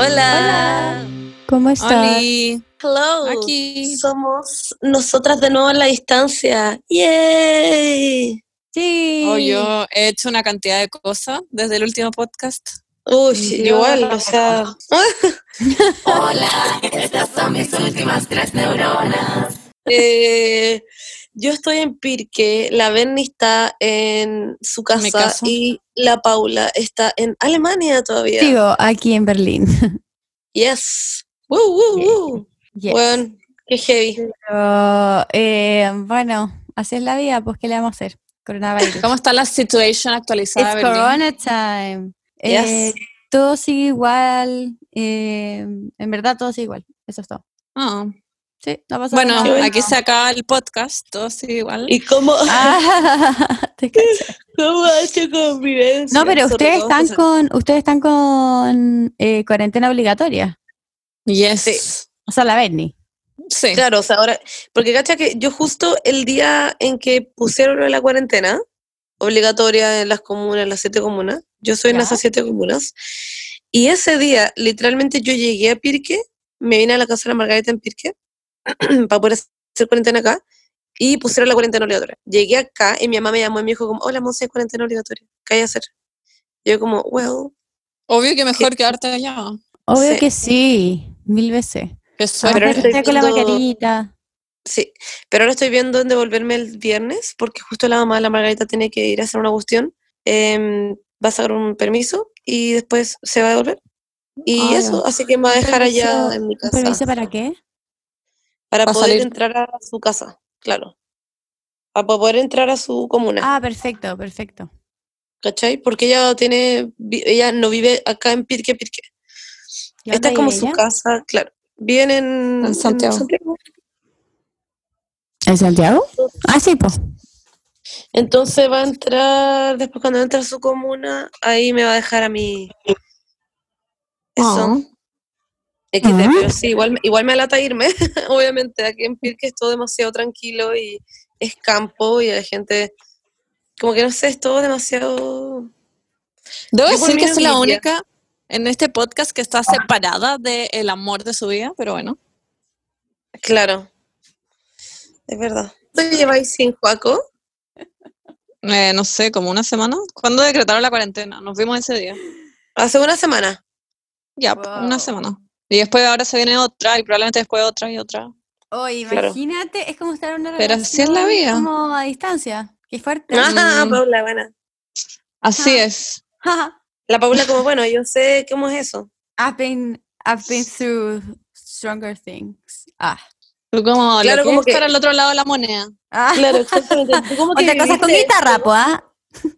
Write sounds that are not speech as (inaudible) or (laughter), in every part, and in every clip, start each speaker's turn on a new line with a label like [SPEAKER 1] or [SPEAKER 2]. [SPEAKER 1] Hola.
[SPEAKER 2] ¿Cómo estás?
[SPEAKER 3] Oli,
[SPEAKER 1] Hello.
[SPEAKER 3] aquí.
[SPEAKER 1] Somos nosotras de nuevo en la distancia. ¡Yay!
[SPEAKER 2] Sí.
[SPEAKER 3] Oh, yo he hecho una cantidad de cosas desde el último podcast.
[SPEAKER 1] Uy, igual, o sea. Eh, yo estoy en Pirque, la Berni está en su
[SPEAKER 3] Me
[SPEAKER 1] casa
[SPEAKER 3] caso.
[SPEAKER 1] y la Paula está en Alemania todavía.
[SPEAKER 2] Sigo aquí en Berlín.
[SPEAKER 1] Yes. Woo, woo, woo.
[SPEAKER 2] Yes.
[SPEAKER 1] Bueno, qué heavy.
[SPEAKER 2] Pero, eh, bueno, así es la vida, pues ¿qué le vamos a hacer? Coronavirus.
[SPEAKER 3] ¿Cómo está la situación actualizada?
[SPEAKER 2] It's
[SPEAKER 3] Berlín?
[SPEAKER 2] corona time. Eh, todo sigue igual. eh, en verdad, todo sigue igual. Eso es todo.
[SPEAKER 3] Ah.
[SPEAKER 2] Sí, no pasa
[SPEAKER 3] Bueno,
[SPEAKER 2] nada.
[SPEAKER 3] aquí se acaba el podcast, todo sigue igual.
[SPEAKER 1] ¿Y cómo, (laughs)
[SPEAKER 2] Ah, (laughs) te caché.
[SPEAKER 1] cómo ha hecho convivencia?
[SPEAKER 2] no, pero
[SPEAKER 1] Sobre
[SPEAKER 2] ustedes
[SPEAKER 1] todo
[SPEAKER 2] están
[SPEAKER 1] se-
[SPEAKER 2] con, ustedes están con eh, cuarentena obligatoria.
[SPEAKER 3] Yes.
[SPEAKER 1] Sí.
[SPEAKER 2] O sea, la Berni.
[SPEAKER 3] Sí.
[SPEAKER 1] Claro, o sea, ahora, porque cacha que yo justo el día en que pusieron lo de la cuarentena, obligatoria en las comunas, en las siete comunas, yo soy en
[SPEAKER 2] Ya.
[SPEAKER 1] esas siete comunas, y ese día, literalmente, yo llegué a Pirque, me vine a la casa de la Margarita en Pirque, (clears throat) para poder hacer cuarentena acá, y pusieron la cuarentena obligatoria. Llegué acá y mi mamá me llamó y me dijo como, hola, Monse, hay cuarentena obligatoria, ¿qué hay que hacer? Yo como, well,
[SPEAKER 3] Obvio que mejor quedarte allá.
[SPEAKER 2] Obvio
[SPEAKER 1] Sí.
[SPEAKER 2] que sí, mil veces.
[SPEAKER 3] Qué
[SPEAKER 1] pero
[SPEAKER 2] Pero
[SPEAKER 3] suerte.
[SPEAKER 1] estoy
[SPEAKER 2] con la
[SPEAKER 1] viendo-
[SPEAKER 2] mascarita.
[SPEAKER 1] Sí, pero ahora estoy viendo en devolverme el viernes porque justo la mamá de la Margarita tiene que ir a hacer una cuestión. em, va a sacar un permiso y después se va a devolver. Y
[SPEAKER 3] Ah, ya.
[SPEAKER 1] eso, así que me va a dejar allá
[SPEAKER 2] permiso-
[SPEAKER 1] en mi
[SPEAKER 2] ¿Un
[SPEAKER 1] casa
[SPEAKER 2] permiso para qué?
[SPEAKER 1] para
[SPEAKER 3] Para
[SPEAKER 1] poder
[SPEAKER 3] salir.
[SPEAKER 1] entrar a su casa, claro. Para poder entrar a su comuna,
[SPEAKER 2] Ah, perfecto, perfecto.
[SPEAKER 1] ¿cachai? Porque ella tiene, vi- ella no vive acá en Pirque, Pirque.
[SPEAKER 2] ¿Y ahora
[SPEAKER 1] Esta es como
[SPEAKER 2] vive
[SPEAKER 1] su
[SPEAKER 2] allá?
[SPEAKER 1] casa, claro. Viven en, en
[SPEAKER 3] Santiago.
[SPEAKER 2] ¿En Santiago? Ah, sí, pues.
[SPEAKER 1] Entonces va a entrar, después cuando entra a su comuna, ahí me va a dejar a mí. Eso. Oh.
[SPEAKER 3] Ah.
[SPEAKER 1] XD,
[SPEAKER 2] Ah.
[SPEAKER 1] pero sí, igual, me- igual me alata irme, (laughs) obviamente. Aquí en Pirque es todo demasiado tranquilo y es campo y la gente, como que no sé, es todo demasiado...
[SPEAKER 3] Debo
[SPEAKER 1] Yo por
[SPEAKER 3] decir
[SPEAKER 1] mí
[SPEAKER 3] que
[SPEAKER 1] no
[SPEAKER 3] soy la
[SPEAKER 1] me iría.
[SPEAKER 3] única en este podcast que está separada del amor de su vida, pero bueno.
[SPEAKER 1] Claro. Es verdad. ¿Tú lleváis sin Juaco?
[SPEAKER 3] Eh, no sé, como una semana. ¿Cuándo decretaron la cuarentena? Nos vimos ese día.
[SPEAKER 1] Hace una semana.
[SPEAKER 3] Ya,
[SPEAKER 2] Wow.
[SPEAKER 3] una semana. Y después ahora se viene otra y probablemente después otra y otra.
[SPEAKER 2] Oye, Oh,
[SPEAKER 1] Claro.
[SPEAKER 2] imagínate, es como estar en una
[SPEAKER 3] Pero así es la
[SPEAKER 2] relación
[SPEAKER 3] vida.
[SPEAKER 2] Como a distancia. Qué fuerte. (laughs)
[SPEAKER 1] Ah,
[SPEAKER 3] Mm.
[SPEAKER 1] Paula, buena.
[SPEAKER 3] Así
[SPEAKER 2] Ah.
[SPEAKER 3] es.
[SPEAKER 1] La Paula como, bueno, yo sé cómo es eso.
[SPEAKER 2] I've been, I've been through stronger things. Ah.
[SPEAKER 3] Tú como,
[SPEAKER 1] Claro,
[SPEAKER 3] claro,
[SPEAKER 1] como
[SPEAKER 3] como
[SPEAKER 1] que-
[SPEAKER 3] estar al otro lado de la moneda.
[SPEAKER 2] Ah. (laughs)
[SPEAKER 1] Claro, exactamente. ¿Tú (laughs) cómo que
[SPEAKER 2] Otra cosa con
[SPEAKER 1] viviste-
[SPEAKER 2] guitarra, po, ¿ah?
[SPEAKER 1] tú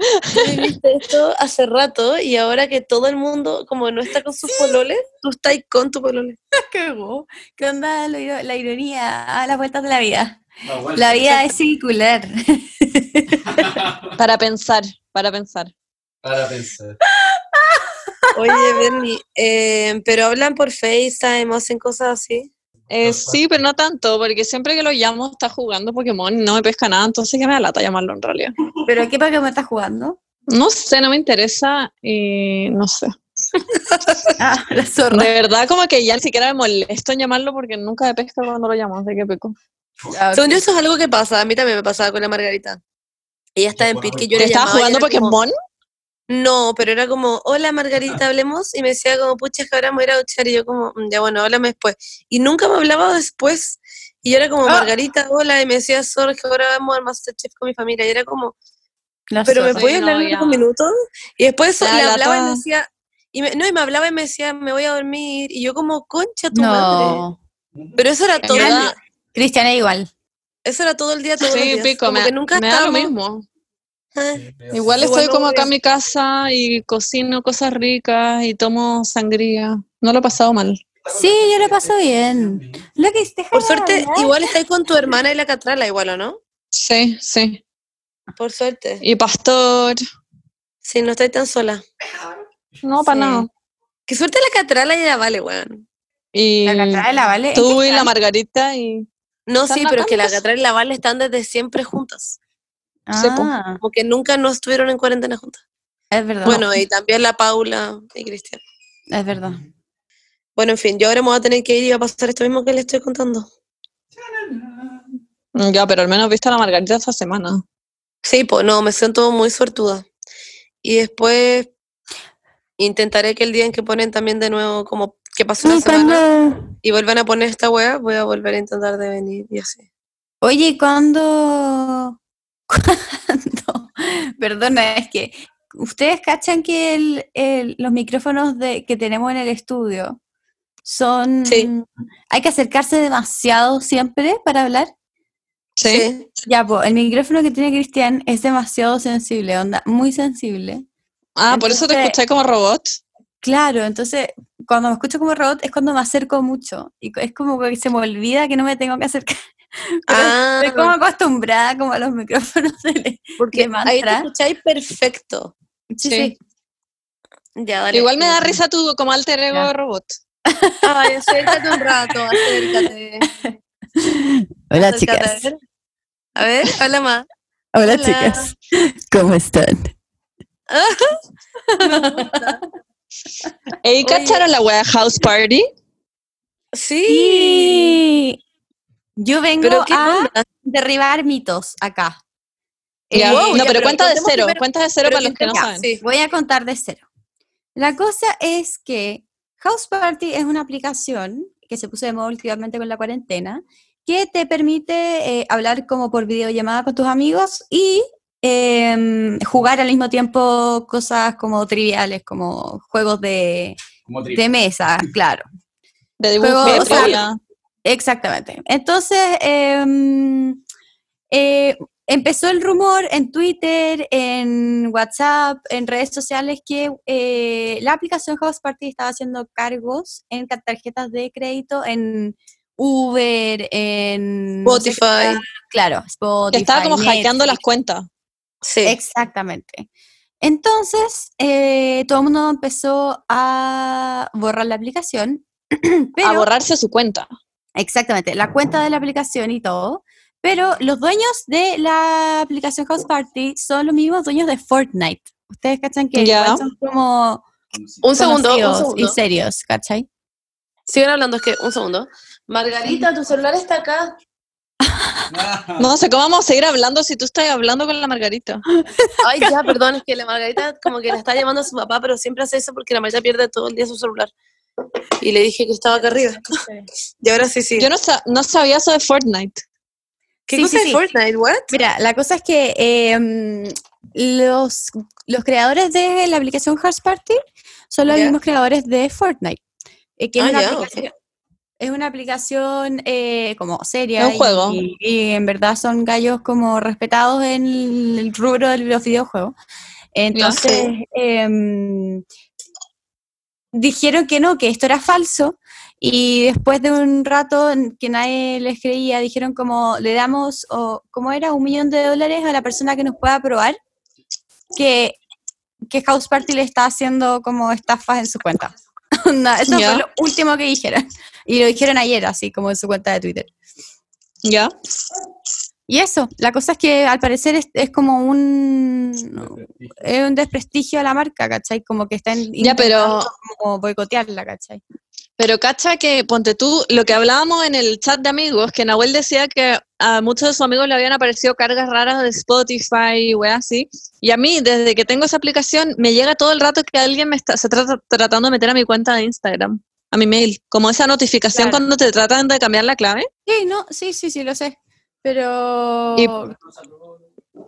[SPEAKER 1] viviste esto hace rato y ahora que todo el mundo como no está con sus pololes, tú estás con tu polole.
[SPEAKER 2] Cagó. (laughs) ¿Qué onda la iro- la ironía a las vueltas de la vida? La vida es circular.
[SPEAKER 3] Para pensar, para pensar.
[SPEAKER 4] Para pensar.
[SPEAKER 2] (laughs)
[SPEAKER 3] (laughs)
[SPEAKER 1] Oye, Bernie, eh, pero hablan por FaceTime, hacen cosas así.
[SPEAKER 3] Eh,
[SPEAKER 4] Ajá.
[SPEAKER 3] sí, pero no tanto, porque siempre que lo llamo está jugando Pokémon y no me pesca nada, entonces que me da lata llamarlo en realidad.
[SPEAKER 2] (laughs) ¿Pero qué para qué me estás jugando?
[SPEAKER 3] No sé, no me interesa y no sé.
[SPEAKER 2] Ah, (laughs) la
[SPEAKER 3] De
[SPEAKER 2] zorra.
[SPEAKER 3] verdad, como que ya ni siquiera me molesto en llamarlo porque nunca me pesca cuando lo llamo, así que peco.
[SPEAKER 2] Ah,
[SPEAKER 1] Según
[SPEAKER 2] ok.
[SPEAKER 1] yo, eso es algo que pasa. A mí también me pasaba con la Margarita. Ella estaba en
[SPEAKER 4] jugaba
[SPEAKER 1] Pirque,
[SPEAKER 4] Pokémon.
[SPEAKER 3] ¿Te
[SPEAKER 1] yo le
[SPEAKER 3] estaba
[SPEAKER 1] llamaba y
[SPEAKER 3] jugando
[SPEAKER 1] era como-
[SPEAKER 3] Pokémon?
[SPEAKER 1] No, pero era como, hola Margarita, hablemos. Y me decía como, pucha, es que ahora me voy a ir a duchar. Y yo como, "Mm, ya bueno, háblame después. Y nunca me hablaba después. Y yo era como,
[SPEAKER 2] Ah.
[SPEAKER 1] Margarita, hola. Y me decía, sorry, que ahora vamos al Masterchef con mi familia. Y era como,
[SPEAKER 2] La
[SPEAKER 1] pero me
[SPEAKER 2] zorra.
[SPEAKER 3] Sí,
[SPEAKER 1] podía
[SPEAKER 3] no,
[SPEAKER 1] hablar
[SPEAKER 3] ya.
[SPEAKER 1] unos minutos. Y después eso,
[SPEAKER 3] Ya,
[SPEAKER 1] le
[SPEAKER 3] la
[SPEAKER 1] hablaba y me
[SPEAKER 3] toda.
[SPEAKER 1] decía, y me, no, y me hablaba y me decía, me voy a dormir. Y yo como, concha tu madre.
[SPEAKER 2] No.
[SPEAKER 1] Pero eso era
[SPEAKER 3] En
[SPEAKER 1] todo el
[SPEAKER 3] verdad,
[SPEAKER 1] día.
[SPEAKER 2] Cristian es igual.
[SPEAKER 1] Eso era todo el día, todos los
[SPEAKER 3] Sí,
[SPEAKER 1] días.
[SPEAKER 3] pico,
[SPEAKER 1] como
[SPEAKER 3] me,
[SPEAKER 1] que nunca
[SPEAKER 3] me da lo
[SPEAKER 1] estábamos-
[SPEAKER 3] mismo.
[SPEAKER 1] Ah,
[SPEAKER 3] Igual
[SPEAKER 1] Igual
[SPEAKER 3] estoy
[SPEAKER 1] no
[SPEAKER 3] como
[SPEAKER 1] voy a-
[SPEAKER 3] acá en mi casa y cocino cosas ricas y tomo sangría. No lo he pasado mal.
[SPEAKER 2] Sí, yo lo paso bien. Lo que deja
[SPEAKER 1] Por
[SPEAKER 2] de
[SPEAKER 1] suerte,
[SPEAKER 2] hablar.
[SPEAKER 1] igual estáis con tu hermana y la Catrala, igual, ¿o no?
[SPEAKER 3] Sí, sí.
[SPEAKER 1] Por suerte.
[SPEAKER 3] Y pastor.
[SPEAKER 1] Sí, no estáis tan sola.
[SPEAKER 3] No, para
[SPEAKER 2] Sí.
[SPEAKER 3] nada.
[SPEAKER 1] Qué suerte la Catrala ya vale, weón.
[SPEAKER 3] Y
[SPEAKER 2] La cantidad de la vale.
[SPEAKER 3] tú y la Margarita y...
[SPEAKER 1] No,
[SPEAKER 3] Están
[SPEAKER 1] sí, pero es que la
[SPEAKER 3] bacanas.
[SPEAKER 1] Catrala y la Vale están desde siempre juntas.
[SPEAKER 3] sí, po.
[SPEAKER 2] Ah,
[SPEAKER 1] Como que nunca no estuvieron en cuarentena juntas.
[SPEAKER 2] es verdad.
[SPEAKER 1] Bueno, y también la Paula y Cristian.
[SPEAKER 2] es verdad.
[SPEAKER 1] Bueno, en fin, yo ahora me voy a tener que ir y va a pasar esto mismo que le estoy contando.
[SPEAKER 3] mm, Ya, pero al menos viste a la Margarita esta semana.
[SPEAKER 1] Sí, pues no, me siento muy sortuda. Y después intentaré que el día en que ponen también de nuevo, como que pasó una
[SPEAKER 2] Ay,
[SPEAKER 1] semana
[SPEAKER 2] ¿cuándo?
[SPEAKER 1] y vuelvan a poner esta wea, voy a volver a intentar de venir y así.
[SPEAKER 2] Oye, ¿cuándo? (laughs) ¿Cuándo? Perdona, es que ustedes cachan que el- el- los micrófonos de, que tenemos en el estudio son...
[SPEAKER 1] Sí.
[SPEAKER 2] Hay que acercarse demasiado siempre para hablar.
[SPEAKER 3] Sí.
[SPEAKER 2] Ya, pues, el micrófono que tiene Cristian es demasiado sensible, onda, muy sensible.
[SPEAKER 3] Ah, por eso te
[SPEAKER 2] Entonces-
[SPEAKER 3] escuché como robot.
[SPEAKER 2] Claro, entonces cuando me escucho como robot es cuando me acerco mucho y co- es como que se me olvida que no me tengo que acercar. (laughs) (laughs) Pero
[SPEAKER 1] Ah,
[SPEAKER 2] Estoy como acostumbrada como a los micrófonos de le-
[SPEAKER 1] porque
[SPEAKER 2] de
[SPEAKER 1] ahí te
[SPEAKER 2] mantra.
[SPEAKER 1] escucháis perfecto.
[SPEAKER 2] Sí,
[SPEAKER 3] Sí.
[SPEAKER 2] sí.
[SPEAKER 1] Ya, dale.
[SPEAKER 3] Igual me da risa tú como alter ego
[SPEAKER 2] Ya.
[SPEAKER 3] de robot.
[SPEAKER 1] Ay, acércate un
[SPEAKER 2] (laughs)
[SPEAKER 1] rato, acércate.
[SPEAKER 2] Hola
[SPEAKER 1] acércate, a ver. A ver,
[SPEAKER 2] (laughs)
[SPEAKER 1] habla más.
[SPEAKER 2] Hola,
[SPEAKER 1] Hola. chicas.
[SPEAKER 2] (laughs) ¿Cómo están?
[SPEAKER 3] Ey, ¿cacharon la wea House Party?
[SPEAKER 1] Sí.
[SPEAKER 2] Yo vengo
[SPEAKER 1] Pero qué
[SPEAKER 2] a
[SPEAKER 1] onda.
[SPEAKER 2] derribar mitos acá. Eh,
[SPEAKER 3] Ya.
[SPEAKER 1] wow,
[SPEAKER 3] no,
[SPEAKER 1] ya,
[SPEAKER 3] pero
[SPEAKER 1] pero
[SPEAKER 3] cuenta de
[SPEAKER 1] contemos
[SPEAKER 3] cero,
[SPEAKER 1] primero-
[SPEAKER 3] cuenta de cero
[SPEAKER 1] pero
[SPEAKER 3] para los que no
[SPEAKER 1] ya,
[SPEAKER 3] saben.
[SPEAKER 1] Sí.
[SPEAKER 2] Voy a contar de cero. La cosa es que House Party es una aplicación que se puso de moda últimamente con la cuarentena que te permite eh, hablar como por videollamada con tus amigos y em, jugar al mismo tiempo cosas como triviales, como juegos de,
[SPEAKER 4] Como
[SPEAKER 2] (laughs)
[SPEAKER 4] tri-
[SPEAKER 2] de mesa, claro.
[SPEAKER 3] De dibujo,
[SPEAKER 2] Juego,
[SPEAKER 3] de
[SPEAKER 2] o sea,
[SPEAKER 3] trivia.
[SPEAKER 2] Exactamente. Entonces, em, eh, empezó el rumor en Twitter, en WhatsApp, en redes sociales que eh, la aplicación House Party estaba haciendo cargos en ca- tarjetas de crédito, en Uber, en no sé qué
[SPEAKER 1] Spotify.
[SPEAKER 2] más, claro, Spotify.
[SPEAKER 3] Te estaba como
[SPEAKER 2] Netflix.
[SPEAKER 3] hackeando las cuentas.
[SPEAKER 1] Sí.
[SPEAKER 2] Exactamente. Entonces, eh, todo el mundo empezó a borrar la aplicación. (clears throat) Pero,
[SPEAKER 3] a borrarse su cuenta.
[SPEAKER 2] Exactamente, la cuenta de la aplicación y todo. Pero los dueños de la aplicación House Party son los mismos dueños de Fortnite. Ustedes cachan que
[SPEAKER 3] Ya.
[SPEAKER 2] igual son como
[SPEAKER 1] Un segundo, un
[SPEAKER 2] conocidos y
[SPEAKER 1] segundo.
[SPEAKER 2] serios, ¿cachai?
[SPEAKER 1] Sigan hablando, es que, un segundo. Margarita, tu celular está acá.
[SPEAKER 3] No sé cómo vamos a seguir hablando si tú estás hablando con la Margarita.
[SPEAKER 1] Ay, ya, perdón, es que la Margarita como que le está llamando a su papá, pero siempre hace eso porque la Margarita pierde todo el día su celular. Y le dije que estaba acá arriba. Y ahora sí, sí.
[SPEAKER 3] Yo no, sa- no sabía eso de Fortnite.
[SPEAKER 1] ¿Qué
[SPEAKER 2] Sí,
[SPEAKER 1] cosa
[SPEAKER 2] sí,
[SPEAKER 1] es
[SPEAKER 2] sí.
[SPEAKER 1] Fortnite? ¿What?
[SPEAKER 2] Mira, la cosa es que eh, mm, los, los creadores de la aplicación House Party son los
[SPEAKER 1] Ya.
[SPEAKER 2] mismos creadores de Fortnite. eh, que es,
[SPEAKER 1] Ah,
[SPEAKER 2] una
[SPEAKER 1] ya,
[SPEAKER 2] aplicación, es una aplicación eh, como seria.
[SPEAKER 3] Es un
[SPEAKER 2] y-
[SPEAKER 3] juego.
[SPEAKER 2] Y, y en verdad son gallos como respetados en el rubro de los videojuegos. Entonces, em, dijeron que no, que esto era falso. Y después de un rato en que nadie les creía, dijeron como le damos, o ¿cómo era? Un millón de dólares a la persona que nos pueda probar que, que House Party le está haciendo como estafas en su cuenta. (laughs) Onda, eso
[SPEAKER 3] Ya.
[SPEAKER 2] fue lo último que dijeron. Y lo dijeron ayer, así como en su cuenta de Twitter.
[SPEAKER 3] ¿Ya?
[SPEAKER 2] Y eso, la cosa es que al parecer es, es como un, es un desprestigio a la marca, ¿cachai? Como que están
[SPEAKER 3] Ya, pero,
[SPEAKER 2] intentando como boicotearla, ¿cachai?
[SPEAKER 3] pero cacha que, ponte tú, lo que hablábamos en el chat de amigos, que Nahuel decía que a muchos de sus amigos le habían aparecido cargas raras de Spotify y weá así. Y a mí, desde que tengo esa aplicación, me llega todo el rato que alguien me está, se trata tratando de meter a mi cuenta de Instagram, a mi mail. Como esa notificación
[SPEAKER 2] Claro.
[SPEAKER 3] cuando te tratan de cambiar la clave.
[SPEAKER 2] Sí, no, sí, sí, sí, lo sé. Pero,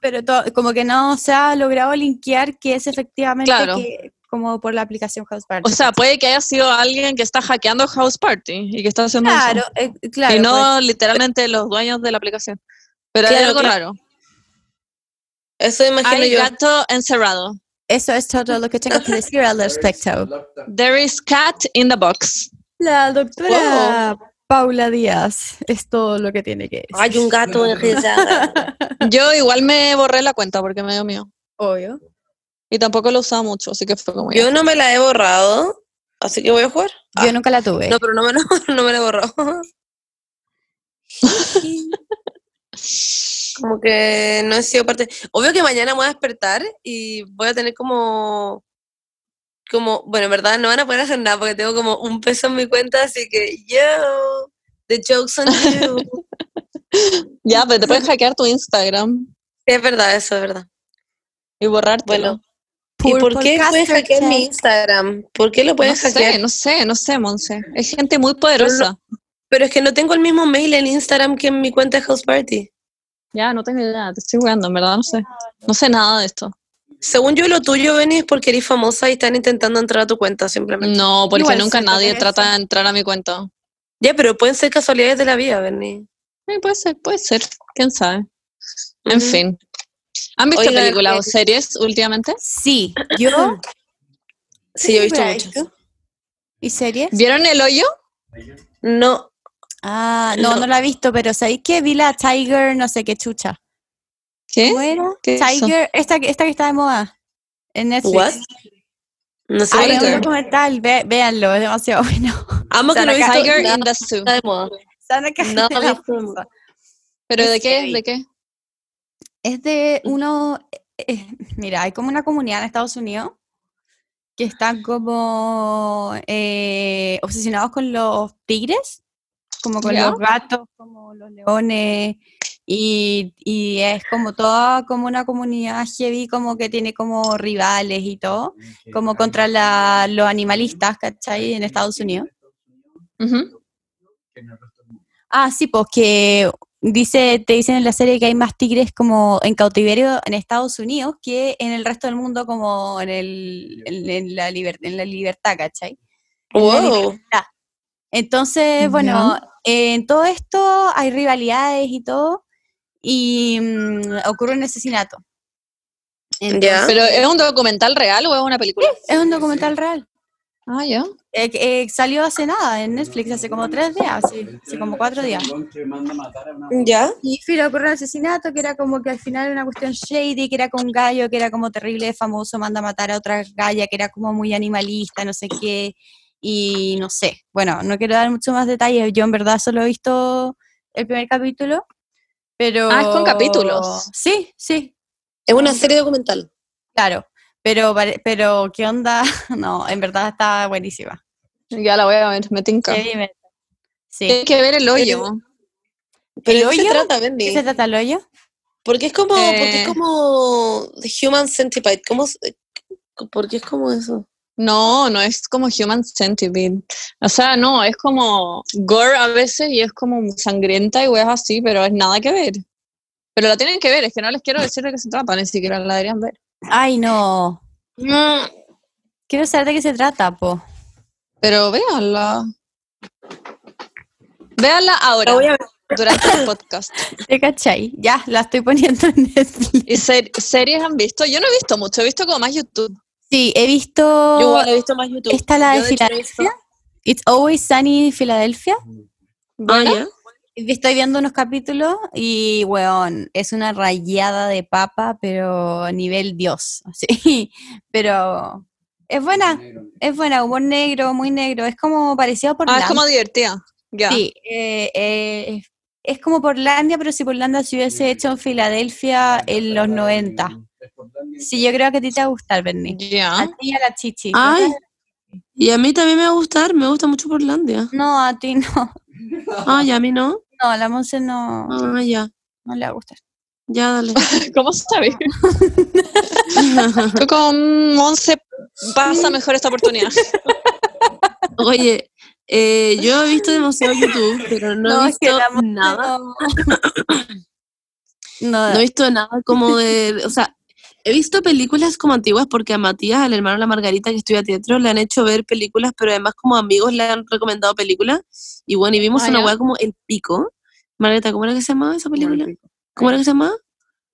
[SPEAKER 2] pero to- como que no se ha logrado linkear que es efectivamente
[SPEAKER 3] Claro.
[SPEAKER 2] que- como por la aplicación House Party.
[SPEAKER 3] O sea, puede que haya sido alguien que está hackeando House Party y que está haciendo eso.
[SPEAKER 2] claro, eh, claro.
[SPEAKER 3] y no
[SPEAKER 2] pues,
[SPEAKER 3] literalmente los dueños de la aplicación. Pero hay
[SPEAKER 1] Claro,
[SPEAKER 3] algo
[SPEAKER 1] claro.
[SPEAKER 3] raro.
[SPEAKER 1] Eso imagino
[SPEAKER 3] Hay
[SPEAKER 1] yo.
[SPEAKER 3] gato encerrado.
[SPEAKER 2] pues, eso es todo lo que tengo que decir al respecto.
[SPEAKER 3] There is cat in the box.
[SPEAKER 2] La doctora Paula Díaz es todo lo que tiene que decir.
[SPEAKER 1] Hay un gato (laughs) enredado.
[SPEAKER 3] Yo igual me borré la cuenta porque me dio miedo.
[SPEAKER 2] Obvio.
[SPEAKER 3] Y tampoco lo usaba mucho, así que fue como ya.
[SPEAKER 1] Yo no me la he borrado, así que voy a jugar. Ah,
[SPEAKER 2] Yo nunca la tuve.
[SPEAKER 1] no, pero no me, la- (laughs) no me la he borrado. Como que no he sido parte. Obvio que mañana me voy a despertar y voy a tener como como, bueno, en verdad no van a poder hacer nada porque tengo como un peso en mi cuenta, así que yo, the joke's on you.
[SPEAKER 3] Ya, pero te puedes hackear tu Instagram
[SPEAKER 1] Sí, es verdad, eso es verdad.
[SPEAKER 3] y borrártelo.
[SPEAKER 1] Bueno, ¿y
[SPEAKER 2] Poor
[SPEAKER 1] por qué pueden
[SPEAKER 2] podcaster
[SPEAKER 1] hackear mi
[SPEAKER 2] chat.
[SPEAKER 1] Instagram? ¿Por qué lo pueden
[SPEAKER 3] no sé,
[SPEAKER 1] hackear?
[SPEAKER 3] no sé, no sé, Monse. Es gente muy poderosa.
[SPEAKER 1] Pero es que no tengo el mismo mail en Instagram que en mi cuenta de House Party.
[SPEAKER 3] Ya, no tengo idea, te estoy jugando, en verdad, no sé. No sé nada de esto.
[SPEAKER 1] Según yo, lo tuyo, Benny, es porque eres famosa y están intentando entrar a tu cuenta simplemente.
[SPEAKER 3] No, porque
[SPEAKER 2] Igual
[SPEAKER 3] nunca
[SPEAKER 2] siento que
[SPEAKER 3] nadie
[SPEAKER 2] eso-
[SPEAKER 3] trata de entrar a mi cuenta.
[SPEAKER 1] Ya, pero pueden ser casualidades de la vida, Benny.
[SPEAKER 3] Eh, puede ser, puede ser, quién sabe. En
[SPEAKER 1] Ujú.
[SPEAKER 3] fin. ¿Han visto
[SPEAKER 1] Oigan,
[SPEAKER 3] películas o
[SPEAKER 1] eh,
[SPEAKER 3] series últimamente?
[SPEAKER 2] Sí, yo
[SPEAKER 1] Sí, yo he visto
[SPEAKER 2] ¿Qué
[SPEAKER 1] muchas.
[SPEAKER 2] has visto? ¿Y series?
[SPEAKER 3] ¿Vieron El Hoyo?
[SPEAKER 1] No,
[SPEAKER 2] Ah, no, no,
[SPEAKER 1] No.
[SPEAKER 2] la he visto, pero ¿sabéis que vi la Tiger, no sé qué chucha?
[SPEAKER 1] ¿Eh?
[SPEAKER 3] ¿Qué?
[SPEAKER 2] ¿Cómo era?
[SPEAKER 3] ¿Qué es eso?
[SPEAKER 2] Tiger, esta, que- esta que está de moda en Netflix.
[SPEAKER 1] what? No sé.
[SPEAKER 2] Ay,
[SPEAKER 1] cuál
[SPEAKER 2] un
[SPEAKER 1] es.
[SPEAKER 3] Tiger.
[SPEAKER 2] documental, ve- véanlo, es demasiado (laughs) bueno.
[SPEAKER 1] Amo que no he visto
[SPEAKER 3] Tiger
[SPEAKER 1] nada
[SPEAKER 3] in the Zoo.
[SPEAKER 1] de moda.
[SPEAKER 2] Sana que
[SPEAKER 1] No,
[SPEAKER 2] te la
[SPEAKER 1] viste. (laughs)
[SPEAKER 2] puso.
[SPEAKER 3] ¿Pero
[SPEAKER 2] es
[SPEAKER 3] de qué?
[SPEAKER 2] heavy.
[SPEAKER 3] ¿De qué?
[SPEAKER 2] Es de uno, eh, (laughs) mira, hay como una comunidad en Estados Unidos que están como eh, obsesionados con los tigres, como con
[SPEAKER 3] Ya.
[SPEAKER 2] los gatos, como los leones, y, y es como toda como una comunidad heavy, como que tiene como rivales y todo, como contra la- los animalistas, ¿cachai? En Estados Unidos.
[SPEAKER 3] Ujú.
[SPEAKER 2] Ah, sí, pues que dice, te dicen en la serie que hay más tigres como en cautiverio en Estados Unidos que en el resto del mundo como en, el, en, en la, liber- en la libertad, ¿cachai? En la
[SPEAKER 1] Wow.
[SPEAKER 2] libertad. Entonces,
[SPEAKER 3] Ya.
[SPEAKER 2] bueno, eh, en todo esto hay rivalidades y todo, y mm, ocurre un asesinato.
[SPEAKER 1] Ya.
[SPEAKER 3] ¿Pero es un documental real o es una película?
[SPEAKER 2] Es un documental real.
[SPEAKER 3] Ah, ya.
[SPEAKER 2] Eh, que, eh, salió hace nada en Netflix, hace como tres días, sí, hace como cuatro días.
[SPEAKER 1] ¿Ya?
[SPEAKER 2] Y filo, ocurrió un asesinato que era como que al final era una cuestión shady, que era con un gallo que era como terrible, famoso, manda a matar a otra galla que era como muy animalista, no sé qué, y no sé. Bueno, no quiero dar mucho más detalles, yo en verdad solo he visto el primer capítulo, pero...
[SPEAKER 3] Ah, es con capítulos.
[SPEAKER 2] Sí, sí,
[SPEAKER 1] Es una serie documental.
[SPEAKER 2] claro. Pero, pare- pero, ¿qué onda? (laughs) No, en verdad está buenísima.
[SPEAKER 3] Ya la voy a ver, me tinca.
[SPEAKER 2] Heavy metal. Sí.
[SPEAKER 3] Hay que ver El Hoyo.
[SPEAKER 1] ¿Pero
[SPEAKER 2] ¿El
[SPEAKER 1] de qué
[SPEAKER 2] hoyo?
[SPEAKER 1] se trata, Benny?
[SPEAKER 2] ¿Qué se trata el hoyo?
[SPEAKER 1] Porque es como, porque
[SPEAKER 3] Eh.
[SPEAKER 1] es como The Human Centipede. ¿Cómo? se- Porque es como eso.
[SPEAKER 3] No, no es como Human Centipede. O sea, no, es como gore a veces y es como sangrienta y weas así, pero es nada que ver. Pero la tienen que ver, es que no les quiero decir de qué se trata, ni siquiera la deberían ver.
[SPEAKER 2] Ay, no.
[SPEAKER 1] Mm,
[SPEAKER 2] Quiero saber de qué se trata, po.
[SPEAKER 3] Pero véanla. Véanla ahora,
[SPEAKER 1] La voy a ver.
[SPEAKER 3] durante el podcast.
[SPEAKER 2] ¿Te cachai? Ya, la estoy poniendo en Netflix.
[SPEAKER 3] ¿Y ser- series han visto? Yo no he visto mucho, he visto como más YouTube.
[SPEAKER 2] Sí, he
[SPEAKER 1] Yo
[SPEAKER 2] visto
[SPEAKER 1] igual he visto más YouTube.
[SPEAKER 2] esta la de
[SPEAKER 1] Yo, hecho, he visto-
[SPEAKER 2] Filadelfia. It's Always Sunny in Filadelfia.
[SPEAKER 1] Ah,
[SPEAKER 3] ¿Buena?
[SPEAKER 1] ya.
[SPEAKER 2] Estoy viendo unos capítulos y, weón, es una rayada de papa, pero a nivel Dios. (laughs) Así. Pero es buena, es buena, humor negro, muy negro. Es como parecido por
[SPEAKER 3] Ah, es como divertida. Ya.
[SPEAKER 2] Sí, eh, eh, es- es como Portlandia, pero si Portlandia se hubiese hecho en Filadelfia en los 90. Sí, yo creo que a ti te va a gustar, Bernie.
[SPEAKER 3] Ya.
[SPEAKER 2] A ti y a la chichi.
[SPEAKER 1] ¿Ah? Ay, y a mí también me va a gustar, me gusta
[SPEAKER 3] (laughs)
[SPEAKER 1] mucho Portlandia.
[SPEAKER 2] No, a ti no. (laughs)
[SPEAKER 1] Ah, ya, a mí no.
[SPEAKER 2] No, la Monse no,
[SPEAKER 1] Ah, ya,
[SPEAKER 2] no le va a gustar.
[SPEAKER 1] ya,
[SPEAKER 3] (laughs)
[SPEAKER 1] dale.
[SPEAKER 3] ¿Cómo sabes? Tú con Monse pasa mejor esta oportunidad.
[SPEAKER 1] Oye, eh, yo he visto demasiado YouTube, pero no, he
[SPEAKER 2] es que
[SPEAKER 1] visto
[SPEAKER 2] la Monse
[SPEAKER 1] nada. (coughs)
[SPEAKER 2] No,
[SPEAKER 1] No he visto nada como de, o sea, he visto películas como antiguas porque a Matías, al hermano de la Margarita que estudia teatro, le han hecho ver películas, pero además como amigos le han recomendado películas. Y bueno, y vimos
[SPEAKER 3] Ah,
[SPEAKER 1] una
[SPEAKER 3] ya.
[SPEAKER 1] weá como El Pico. Margarita, ¿cómo era que se llamaba esa película? ¿Cómo era que se llamaba?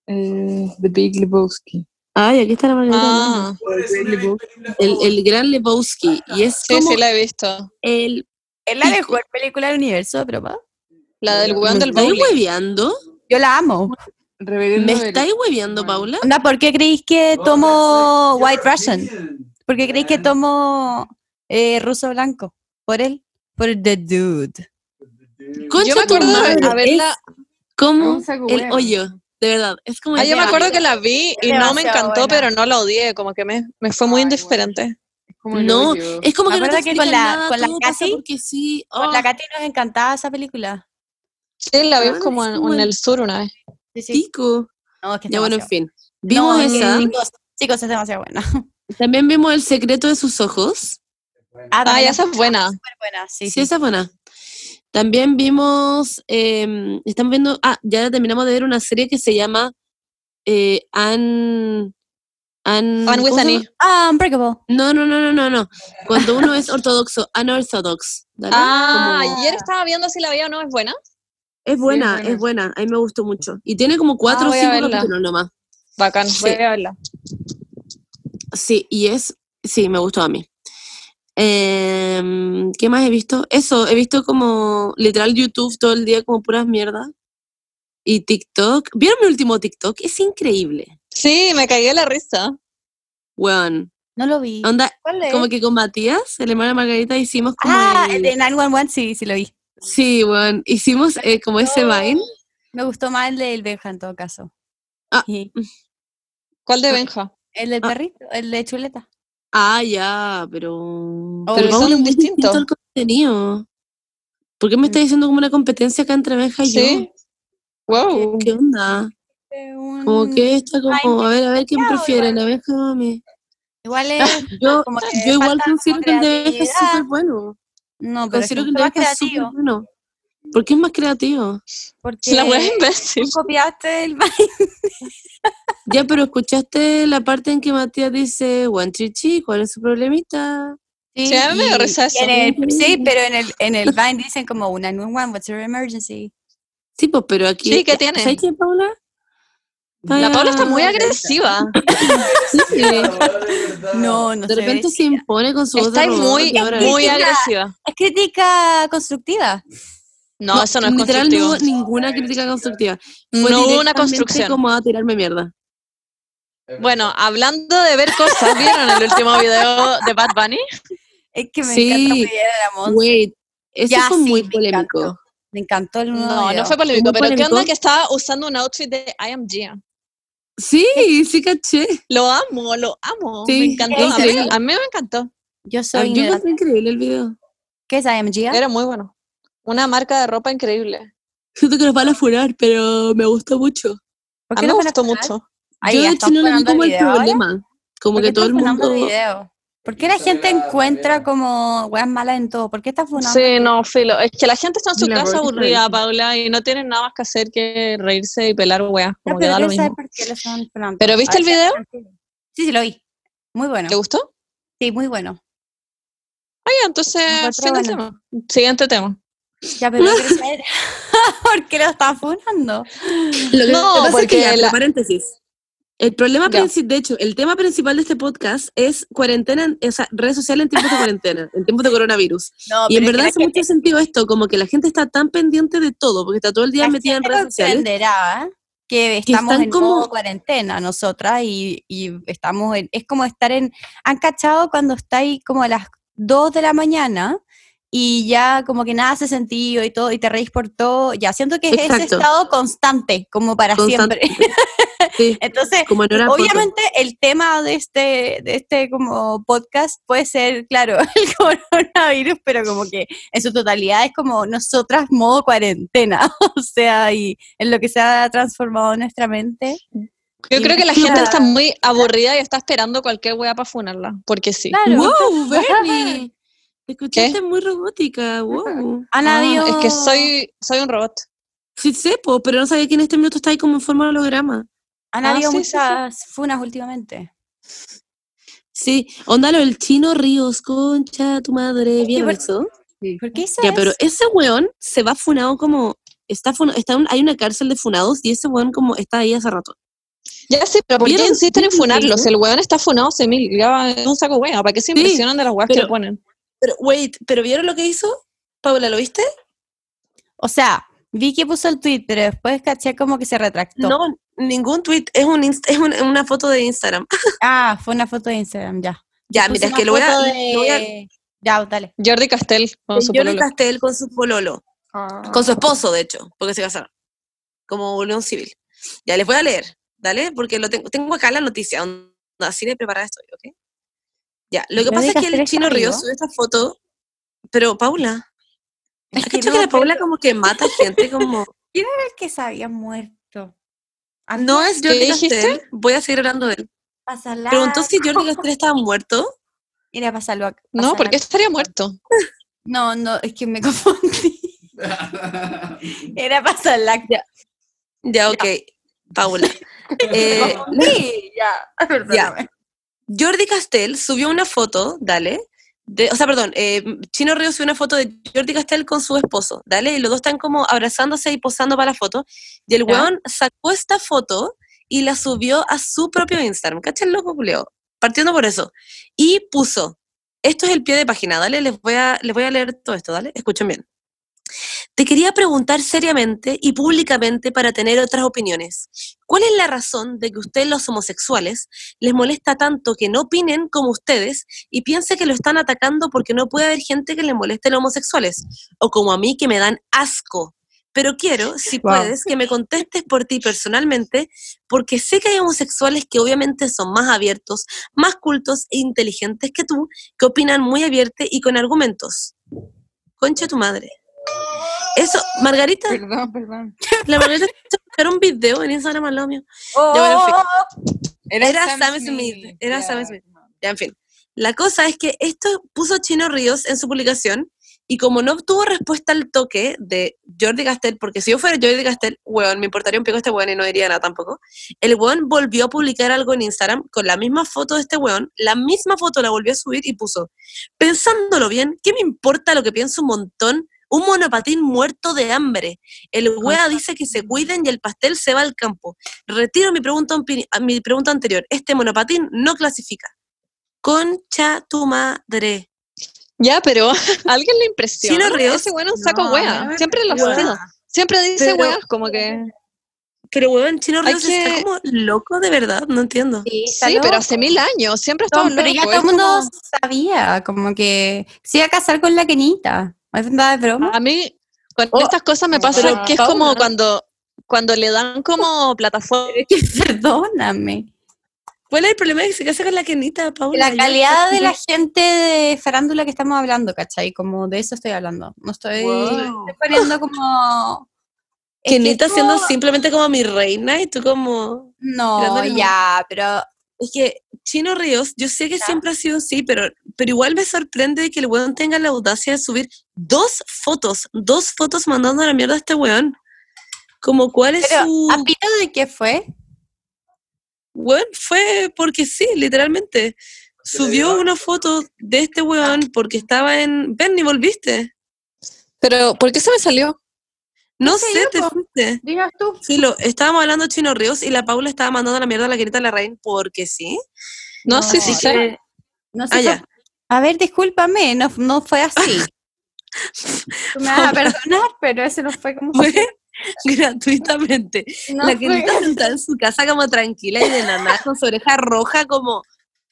[SPEAKER 4] The Big Lebowski.
[SPEAKER 1] Ay, aquí está la Margarita.
[SPEAKER 3] Ah,
[SPEAKER 1] hablando. El, el gran Lebowski. Y es
[SPEAKER 3] sí,
[SPEAKER 1] como
[SPEAKER 3] sí, la he visto.
[SPEAKER 1] el...
[SPEAKER 2] Es la mejor película del universo, pero pa.
[SPEAKER 3] La del
[SPEAKER 1] ¿Me
[SPEAKER 3] weón del
[SPEAKER 1] estáis
[SPEAKER 3] bowling.
[SPEAKER 1] hueveando?
[SPEAKER 2] Yo la amo.
[SPEAKER 4] Reverendo
[SPEAKER 1] ¿Me
[SPEAKER 4] del-
[SPEAKER 1] estáis hueveando, Paula?
[SPEAKER 2] Onda, ¿por qué creéis que tomo White Russian? ¿Por qué creéis que tomo eh, Ruso Blanco? Por él. Por The Dude.
[SPEAKER 1] Concha
[SPEAKER 3] Yo me
[SPEAKER 1] tu
[SPEAKER 3] acuerdo
[SPEAKER 1] madre,
[SPEAKER 3] de haberla.
[SPEAKER 1] Como
[SPEAKER 4] Vamos a
[SPEAKER 1] el
[SPEAKER 4] googlear.
[SPEAKER 1] hoyo. De verdad, es como...
[SPEAKER 3] Ah,
[SPEAKER 1] el
[SPEAKER 3] yo me
[SPEAKER 1] gran-
[SPEAKER 3] acuerdo que la vi y no me
[SPEAKER 2] demasiado
[SPEAKER 3] encantó,
[SPEAKER 2] buena.
[SPEAKER 3] pero no la odié, como que me, me fue muy indiferente.
[SPEAKER 4] Como el
[SPEAKER 1] No,
[SPEAKER 4] hoyo.
[SPEAKER 1] es como que no te
[SPEAKER 2] Acuérdate que con
[SPEAKER 1] explican
[SPEAKER 2] la-
[SPEAKER 1] nada,
[SPEAKER 2] con la
[SPEAKER 1] todo pasa
[SPEAKER 2] Katy-
[SPEAKER 1] porque sí.
[SPEAKER 2] Con
[SPEAKER 1] oh.
[SPEAKER 2] la Katy nos encantaba esa película.
[SPEAKER 3] Sí, la vimos
[SPEAKER 1] Bueno,
[SPEAKER 3] como en,
[SPEAKER 1] sí, bueno.
[SPEAKER 3] en el sur una vez.
[SPEAKER 2] Sí, sí.
[SPEAKER 1] Pico.
[SPEAKER 2] No, es que
[SPEAKER 1] Ya bueno, en
[SPEAKER 2] demasiado.
[SPEAKER 1] fin. Vimos
[SPEAKER 2] No, es que,
[SPEAKER 1] esa.
[SPEAKER 2] chicos, chicos, es demasiado buena.
[SPEAKER 1] También vimos El secreto de sus ojos.
[SPEAKER 3] Ah,
[SPEAKER 2] también
[SPEAKER 3] ya esa es buena.
[SPEAKER 2] súper buena, sí,
[SPEAKER 1] Sí,
[SPEAKER 2] sí.
[SPEAKER 1] esa es buena. También vimos, eh, están viendo, ah, ya terminamos de ver una serie que se llama eh, Anne... Anne,
[SPEAKER 3] Anne with
[SPEAKER 1] ¿cómo se
[SPEAKER 3] an
[SPEAKER 1] llama?
[SPEAKER 3] E.
[SPEAKER 2] Ah, Unbreakable.
[SPEAKER 1] No, no, no, no, no, no. Cuando uno es ortodoxo, unorthodox. ¿dale?
[SPEAKER 3] Ah,
[SPEAKER 1] Como-
[SPEAKER 3] ayer estaba viendo si la veía o no, es buena.
[SPEAKER 1] es buena, es
[SPEAKER 4] buena.
[SPEAKER 1] buena. A mí me gustó mucho. Y tiene como cuatro o
[SPEAKER 3] voy a
[SPEAKER 1] cinco
[SPEAKER 3] verla.
[SPEAKER 1] capítulos nomás.
[SPEAKER 3] Bacán.
[SPEAKER 1] Sí.
[SPEAKER 3] Voy a verla.
[SPEAKER 1] Sí, y es, sí, me gustó a mí. Em, ¿Qué más he visto? Eso, he visto como literal YouTube todo el día como puras mierdas. Y TikTok. ¿Vieron mi último TikTok? Es increíble.
[SPEAKER 3] Sí, me caí de la risa.
[SPEAKER 1] Weón.
[SPEAKER 2] No lo vi.
[SPEAKER 1] Onda,
[SPEAKER 2] ¿Cuál es?
[SPEAKER 1] como que con Matías, el hermano de Margarita, hicimos como.
[SPEAKER 2] ah, el
[SPEAKER 1] el-
[SPEAKER 2] de 911, sí, sí lo vi.
[SPEAKER 1] sí, weón. Hicimos eh, como ese
[SPEAKER 2] No.
[SPEAKER 1] Vine.
[SPEAKER 2] Me gustó más el del Benja en todo caso.
[SPEAKER 1] Ah.
[SPEAKER 2] Sí.
[SPEAKER 3] ¿Cuál de Benja?
[SPEAKER 2] El del
[SPEAKER 1] Ah.
[SPEAKER 2] perrito, el de chuleta.
[SPEAKER 1] Ah, ya, pero.
[SPEAKER 3] pero
[SPEAKER 1] Pablo,
[SPEAKER 3] son
[SPEAKER 1] es muy
[SPEAKER 3] distintos.
[SPEAKER 1] al contenido. ¿Por qué me estás diciendo como una competencia acá entre Benja y
[SPEAKER 3] Mm. Sí.
[SPEAKER 1] yo?
[SPEAKER 3] Wow.
[SPEAKER 1] ¿Qué, qué onda? Como
[SPEAKER 3] Mm.
[SPEAKER 2] Un-
[SPEAKER 1] que está como,
[SPEAKER 2] Vine
[SPEAKER 1] a ver, a ver, ¿quién
[SPEAKER 2] demasiado
[SPEAKER 1] prefiere? ¿La abeja o mami?
[SPEAKER 2] Igual es
[SPEAKER 1] Ah, Yo,
[SPEAKER 2] como que
[SPEAKER 3] eh,
[SPEAKER 1] yo igual
[SPEAKER 2] falta como
[SPEAKER 1] considero que el de abeja es
[SPEAKER 2] creatividad.
[SPEAKER 1] súper bueno.
[SPEAKER 2] No, pero es
[SPEAKER 1] Considero que
[SPEAKER 2] mucho
[SPEAKER 1] el de
[SPEAKER 2] más
[SPEAKER 1] abeja es súper
[SPEAKER 2] creativo.
[SPEAKER 1] bueno. Porque es más creativo.
[SPEAKER 2] Porque
[SPEAKER 3] La wea es
[SPEAKER 2] tú
[SPEAKER 3] imbécil.
[SPEAKER 2] copiaste el (laughs) Vine.
[SPEAKER 1] Ya, pero escuchaste la parte en que Matías dice, Juan Chichi, ¿cuál es su problemita?
[SPEAKER 3] Sí, a mí me dio
[SPEAKER 2] y-
[SPEAKER 3] risa
[SPEAKER 2] y en
[SPEAKER 1] eso.
[SPEAKER 2] el-
[SPEAKER 1] (laughs)
[SPEAKER 2] sí, pero en el, en el Vine dicen como una what's your emergency?
[SPEAKER 1] Sí, pues, pero aquí.
[SPEAKER 3] Sí, ¿qué tiene?
[SPEAKER 1] ¿Sabes qué, Paula?
[SPEAKER 3] La Paula está
[SPEAKER 1] Ah,
[SPEAKER 3] muy agresiva.
[SPEAKER 1] (laughs) sí, sí.
[SPEAKER 2] No, no se
[SPEAKER 1] De
[SPEAKER 2] ve.
[SPEAKER 1] repente se impone con su voz de
[SPEAKER 3] Está
[SPEAKER 1] robot
[SPEAKER 3] muy,
[SPEAKER 1] y ahora-
[SPEAKER 3] muy
[SPEAKER 2] Cristina.
[SPEAKER 3] agresiva.
[SPEAKER 2] Es crítica constructiva.
[SPEAKER 3] No, eso no es
[SPEAKER 1] literal no
[SPEAKER 3] constructivo.
[SPEAKER 1] hubo ninguna crítica constructiva.
[SPEAKER 3] No
[SPEAKER 1] Fue
[SPEAKER 3] hubo una
[SPEAKER 1] directamente
[SPEAKER 3] construcción.
[SPEAKER 1] como a tirarme mierda.
[SPEAKER 3] (laughs) Bueno, hablando de ver cosas, ¿vieron el último video de Bad Bunny?
[SPEAKER 2] Es que me
[SPEAKER 1] Sí.
[SPEAKER 2] encanta la idea de la Monse.
[SPEAKER 1] Wait, eso
[SPEAKER 2] Ya,
[SPEAKER 1] fue
[SPEAKER 2] sí,
[SPEAKER 1] muy
[SPEAKER 2] me
[SPEAKER 1] polémico.
[SPEAKER 2] encantó. Me encantó el nuevo
[SPEAKER 3] No,
[SPEAKER 2] video.
[SPEAKER 3] no fue polémico,
[SPEAKER 1] ¿Cómo
[SPEAKER 3] pero ¿qué onda
[SPEAKER 1] polémico?
[SPEAKER 3] que estaba usando un outfit de I am Gia?
[SPEAKER 1] Sí, sí caché.
[SPEAKER 3] Lo amo, lo amo.
[SPEAKER 1] Sí,
[SPEAKER 3] me encantó.
[SPEAKER 1] es
[SPEAKER 3] A mí,
[SPEAKER 1] increíble.
[SPEAKER 3] a mí me encantó.
[SPEAKER 2] Yo
[SPEAKER 1] Ah,
[SPEAKER 2] soy
[SPEAKER 1] Yo
[SPEAKER 2] ignorante.
[SPEAKER 1] encontré increíble el video.
[SPEAKER 2] ¿Qué es IMG?
[SPEAKER 3] Era muy bueno. Una marca de ropa increíble.
[SPEAKER 1] Siento que nos van a furar, pero me gustó mucho.
[SPEAKER 2] ¿Por
[SPEAKER 3] A
[SPEAKER 2] qué
[SPEAKER 3] mí me
[SPEAKER 2] no van a
[SPEAKER 3] gustó
[SPEAKER 2] funar?
[SPEAKER 3] mucho.
[SPEAKER 2] Ay,
[SPEAKER 1] yo
[SPEAKER 2] ya
[SPEAKER 1] de hecho
[SPEAKER 2] están
[SPEAKER 1] no lo vi
[SPEAKER 2] funando
[SPEAKER 1] como el
[SPEAKER 2] video ahora.
[SPEAKER 1] problema. Como
[SPEAKER 2] ¿Por qué
[SPEAKER 1] que todo el
[SPEAKER 2] están funando
[SPEAKER 1] mundo...
[SPEAKER 2] video? ¿Por qué la gente encuentra como weas malas en todo? ¿Por qué está funando?
[SPEAKER 3] Sí, no, filo. Es que la gente está en su
[SPEAKER 1] Mira,
[SPEAKER 3] casa
[SPEAKER 1] voy a
[SPEAKER 3] aburrida,
[SPEAKER 1] reír.
[SPEAKER 3] Paula, y no tienen nada más que hacer que reírse y pelar weas.
[SPEAKER 2] Ya,
[SPEAKER 3] Como que
[SPEAKER 2] pero
[SPEAKER 3] da lo
[SPEAKER 2] quiero saber
[SPEAKER 3] mismo.
[SPEAKER 2] por qué lo están funando.
[SPEAKER 3] ¿Pero viste
[SPEAKER 2] A ver
[SPEAKER 3] el
[SPEAKER 2] si
[SPEAKER 3] video?
[SPEAKER 2] hacen sentido. Sí, sí, lo vi. Muy bueno.
[SPEAKER 3] ¿Te gustó?
[SPEAKER 2] Sí, muy bueno.
[SPEAKER 3] Ah, ya, entonces,
[SPEAKER 2] encontré
[SPEAKER 3] fin del tema. Siguiente tema.
[SPEAKER 2] Ya, pero quiero saber (laughs) por qué lo están funando.
[SPEAKER 1] (laughs) Lo que
[SPEAKER 3] No,
[SPEAKER 1] pasa es que
[SPEAKER 3] porque
[SPEAKER 1] ya, pero
[SPEAKER 3] la-
[SPEAKER 1] paréntesis. El problema,
[SPEAKER 3] Ya.
[SPEAKER 1] princi- de hecho, el tema principal de este podcast es cuarentena, en- o sea, redes sociales en tiempos de cuarentena, en tiempos de coronavirus.
[SPEAKER 2] No,
[SPEAKER 1] Y
[SPEAKER 2] pero es
[SPEAKER 1] en
[SPEAKER 2] que
[SPEAKER 1] verdad
[SPEAKER 2] la
[SPEAKER 1] hace mucho sentido esto, como que la gente está tan pendiente de todo, porque está todo el día
[SPEAKER 2] La
[SPEAKER 1] metida en
[SPEAKER 2] gente
[SPEAKER 1] redes sociales.
[SPEAKER 2] comprenderá que estamos
[SPEAKER 1] están
[SPEAKER 2] en
[SPEAKER 1] como-
[SPEAKER 2] modo cuarentena nosotras y, y estamos en, es como estar en, han cachado cuando estáis como a las 2 de la mañana y ya como que nada hace sentido y todo y te reís por todo, ya siento que es ese
[SPEAKER 1] Exacto.
[SPEAKER 2] estado constante, como para
[SPEAKER 1] Constante.
[SPEAKER 2] siempre. (laughs)
[SPEAKER 1] Sí,
[SPEAKER 2] Entonces,
[SPEAKER 1] este, como en hora foto.
[SPEAKER 2] Eh, obviamente el tema de este, de este como podcast puede ser, claro, (laughs) el coronavirus, pero como que en su totalidad es como nosotras modo cuarentena, (laughs) o sea, y en lo que se ha transformado nuestra mente.
[SPEAKER 3] Yo
[SPEAKER 2] Y
[SPEAKER 3] creo que la
[SPEAKER 2] mezcla-
[SPEAKER 3] gente está muy aburrida y está esperando cualquier wea para funarla, porque sí.
[SPEAKER 2] Claro.
[SPEAKER 1] ¡Wow, Bernie! Te escuchaste
[SPEAKER 3] ¿Qué?
[SPEAKER 1] muy robótica, wow.
[SPEAKER 2] Han
[SPEAKER 3] Ah,
[SPEAKER 2] habido-
[SPEAKER 3] es que soy, soy un robot.
[SPEAKER 1] Sí, sepo, pero no sabía que en este minuto está ahí como en forma de holograma.
[SPEAKER 2] han
[SPEAKER 3] Ah,
[SPEAKER 2] habido
[SPEAKER 3] sí, sí, sí.
[SPEAKER 2] muchas funas últimamente.
[SPEAKER 1] Sí, onda lo del chino Ríos, concha, tu madre, bien
[SPEAKER 2] por-
[SPEAKER 1] eso.
[SPEAKER 2] ¿Por qué hizo
[SPEAKER 1] Ya, pero
[SPEAKER 2] eso?
[SPEAKER 1] ese weón se va funado como... Está fun- está un- hay una cárcel de funados y ese weón como está ahí hace rato.
[SPEAKER 3] Ya sí, pero ¿por qué
[SPEAKER 1] ¿Vieron-
[SPEAKER 3] insisten en
[SPEAKER 1] vieron el
[SPEAKER 3] funarlos?
[SPEAKER 1] video?
[SPEAKER 3] El weón está funado hace mil, ya es un saco wea, ¿para qué se
[SPEAKER 1] Sí,
[SPEAKER 3] impresionan de las weas que
[SPEAKER 1] pero-
[SPEAKER 3] ponen?
[SPEAKER 1] Pero, wait, ¿pero vieron lo que hizo? Paula, ¿lo viste?
[SPEAKER 2] O sea, vi que puso el tweet, pero después caché como que se retractó.
[SPEAKER 1] No, ningún tweet, es, un inst- es un- una foto de Instagram. (laughs)
[SPEAKER 2] Ah, fue una foto de Instagram, ya.
[SPEAKER 1] Ya,
[SPEAKER 2] Puso
[SPEAKER 1] mira, es
[SPEAKER 2] una
[SPEAKER 1] que lo voy a...
[SPEAKER 2] foto
[SPEAKER 1] lo voy a-
[SPEAKER 2] de- Ya, dale.
[SPEAKER 3] Jordi Castel, con su
[SPEAKER 1] de Jordi
[SPEAKER 3] pololo.
[SPEAKER 1] Castel con su pololo.
[SPEAKER 4] Ah,
[SPEAKER 1] Con su esposo, de hecho, porque se casaron. Como unión civil. Ya les voy a leer, ¿dale? Porque lo tengo, tengo acá la noticia. onda, Así de preparada estoy, ¿ok? Ya, lo que
[SPEAKER 2] Lo
[SPEAKER 1] pasa
[SPEAKER 2] de
[SPEAKER 1] es que el
[SPEAKER 2] Cáceres
[SPEAKER 1] chino
[SPEAKER 2] está
[SPEAKER 1] Río
[SPEAKER 2] vivo.
[SPEAKER 1] subió esta foto, pero Paula.
[SPEAKER 2] Es
[SPEAKER 1] ¿Has
[SPEAKER 2] que
[SPEAKER 1] cachado
[SPEAKER 2] no,
[SPEAKER 1] que la Paula como que mata
[SPEAKER 2] (laughs)
[SPEAKER 1] gente? Como,
[SPEAKER 2] Es que se había muerto. Antes
[SPEAKER 1] no es
[SPEAKER 3] ¿Qué
[SPEAKER 1] Jordi
[SPEAKER 3] dijiste?
[SPEAKER 1] Castel, voy a seguir hablando de él.
[SPEAKER 2] Pasalá-
[SPEAKER 1] Preguntó si Jordi Castel estaba muerto.
[SPEAKER 2] Era Pasalá-
[SPEAKER 3] No,
[SPEAKER 2] Pasalá-
[SPEAKER 3] porque estaría muerto.
[SPEAKER 2] No, no, es que me (laughs) confundí. Era Pasalac.
[SPEAKER 1] Ya, ok,
[SPEAKER 2] (laughs)
[SPEAKER 1] Paula. Eh,
[SPEAKER 2] sí, ya. (laughs)
[SPEAKER 1] perdóname. Jordi Castel subió una foto, dale. De, o sea, perdón, eh, Chino Río subió una foto de Jordi Castel con su esposo, dale, y los dos están como abrazándose y posando para la foto. Y el
[SPEAKER 2] Ya.
[SPEAKER 1] weón sacó esta foto y la subió a su propio Instagram. ¿Cacha el loco, Julio? Partiendo por eso. Y puso, esto es el pie de página, dale, les voy a, les voy a leer todo esto, dale, escuchen bien. Te quería preguntar seriamente y públicamente para tener otras opiniones. ¿Cuál es la razón de que ustedes los homosexuales les molesta tanto que no opinen como ustedes y piense que lo están atacando porque no puede haber gente que le moleste a los homosexuales, o como a mí que me dan asco. Pero quiero, si
[SPEAKER 2] Wow.
[SPEAKER 1] puedes, que me contestes por ti personalmente, porque sé que hay homosexuales que obviamente son más abiertos, más cultos e inteligentes que tú, que opinan muy abierta y con argumentos. Concha tu madre. Eso, Margarita,
[SPEAKER 4] Perdón, perdón.
[SPEAKER 1] la Margarita te buscar un video en Instagram al lado mío. Ya,
[SPEAKER 2] Oh,
[SPEAKER 1] bueno, en fin. Era Sam Smith, era Sam Smith. Ya, en fin. La cosa es que esto puso Chino Ríos en su publicación y como no obtuvo respuesta al toque de Jordi Gastel, porque si yo fuera Jordi Gastel, weón, me importaría un pico este weón y no diría nada tampoco, el weón volvió a publicar algo en Instagram con la misma foto de este weón, la misma foto la volvió a subir y puso, pensándolo bien, ¿qué me importa lo que pienso un montón? Un monopatín muerto de hambre. El wea dice que se cuiden y el pastel se va al campo. Retiro mi pregunta, opini- a mi pregunta anterior. Este monopatín no clasifica. Concha tu madre.
[SPEAKER 3] Ya, pero (laughs) a alguien le impresiona.
[SPEAKER 1] Chino Ríos.
[SPEAKER 3] Ese weón es un saco
[SPEAKER 2] No,
[SPEAKER 3] wea.
[SPEAKER 2] no,
[SPEAKER 3] Siempre lo
[SPEAKER 1] no,
[SPEAKER 3] ha sido. Siempre dice
[SPEAKER 1] Pero-
[SPEAKER 3] weas como que.
[SPEAKER 1] Pero weón, Chino
[SPEAKER 3] Hay
[SPEAKER 1] Ríos está
[SPEAKER 3] que-
[SPEAKER 1] como loco de verdad, no entiendo.
[SPEAKER 3] Sí, pero hace mil años. Siempre ha estado
[SPEAKER 2] No, pero ya
[SPEAKER 3] loco,
[SPEAKER 2] todo el
[SPEAKER 3] es
[SPEAKER 2] mundo
[SPEAKER 3] como-
[SPEAKER 2] sabía, como que se iba a casar con la Kenita. ¿Es verdad de
[SPEAKER 3] (laughs)
[SPEAKER 2] broma?
[SPEAKER 3] A mí, con
[SPEAKER 1] Oh,
[SPEAKER 3] estas cosas me pasa
[SPEAKER 4] pero
[SPEAKER 3] que es
[SPEAKER 1] Paula.
[SPEAKER 3] como cuando, cuando le dan como plataforma.
[SPEAKER 2] Perdóname.
[SPEAKER 1] ¿Cuál es el problema de que se casa con la Kenita, Paula?
[SPEAKER 2] La
[SPEAKER 1] Ya,
[SPEAKER 2] calidad de
[SPEAKER 1] así
[SPEAKER 2] la gente de farándula que estamos hablando, ¿cachai? Como de eso estoy hablando. No estoy
[SPEAKER 4] Wow.
[SPEAKER 2] estoy poniendo
[SPEAKER 3] (laughs)
[SPEAKER 2] como...
[SPEAKER 1] que-
[SPEAKER 2] Es que
[SPEAKER 1] Kenita
[SPEAKER 2] es como-
[SPEAKER 1] siendo simplemente como mi reina y tú como...
[SPEAKER 2] No,
[SPEAKER 1] tirándole-
[SPEAKER 2] ya, pero
[SPEAKER 1] Es que Chino Ríos, yo sé que siempre ha sido así, pero, pero igual me sorprende que el weón tenga la audacia de subir dos fotos, dos fotos mandando a la mierda a este weón. Como cuál es
[SPEAKER 2] Pero,
[SPEAKER 3] Uh.
[SPEAKER 1] su...
[SPEAKER 2] ¿a pito de qué fue?
[SPEAKER 1] Weón, fue porque sí, literalmente. Subió una foto de este weón porque estaba en... Bernie, ¿volviste?
[SPEAKER 3] Pero, ¿por qué se me salió?
[SPEAKER 1] No
[SPEAKER 2] sé
[SPEAKER 1] sé,
[SPEAKER 2] yo,
[SPEAKER 1] te
[SPEAKER 2] po.
[SPEAKER 1] fuiste.
[SPEAKER 2] Digas tú.
[SPEAKER 1] Sí, lo, estábamos hablando de Chino Ríos y la Paula estaba mandando a la mierda a la querida Larraín porque sí.
[SPEAKER 3] No,
[SPEAKER 2] No,
[SPEAKER 3] sí, sí,
[SPEAKER 2] sí.
[SPEAKER 3] sé.
[SPEAKER 2] No
[SPEAKER 1] Ah,
[SPEAKER 2] sé.
[SPEAKER 1] ya.
[SPEAKER 2] cómo- A ver, discúlpame, no, no fue
[SPEAKER 1] (laughs)
[SPEAKER 2] así. Tú me vas a perdonar, pero ese no fue
[SPEAKER 1] (laughs)
[SPEAKER 2] como...
[SPEAKER 1] Fue gratuitamente.
[SPEAKER 2] (laughs) No
[SPEAKER 1] la
[SPEAKER 2] fue-
[SPEAKER 1] que está sentada en su casa como tranquila y de la nada con su oreja roja como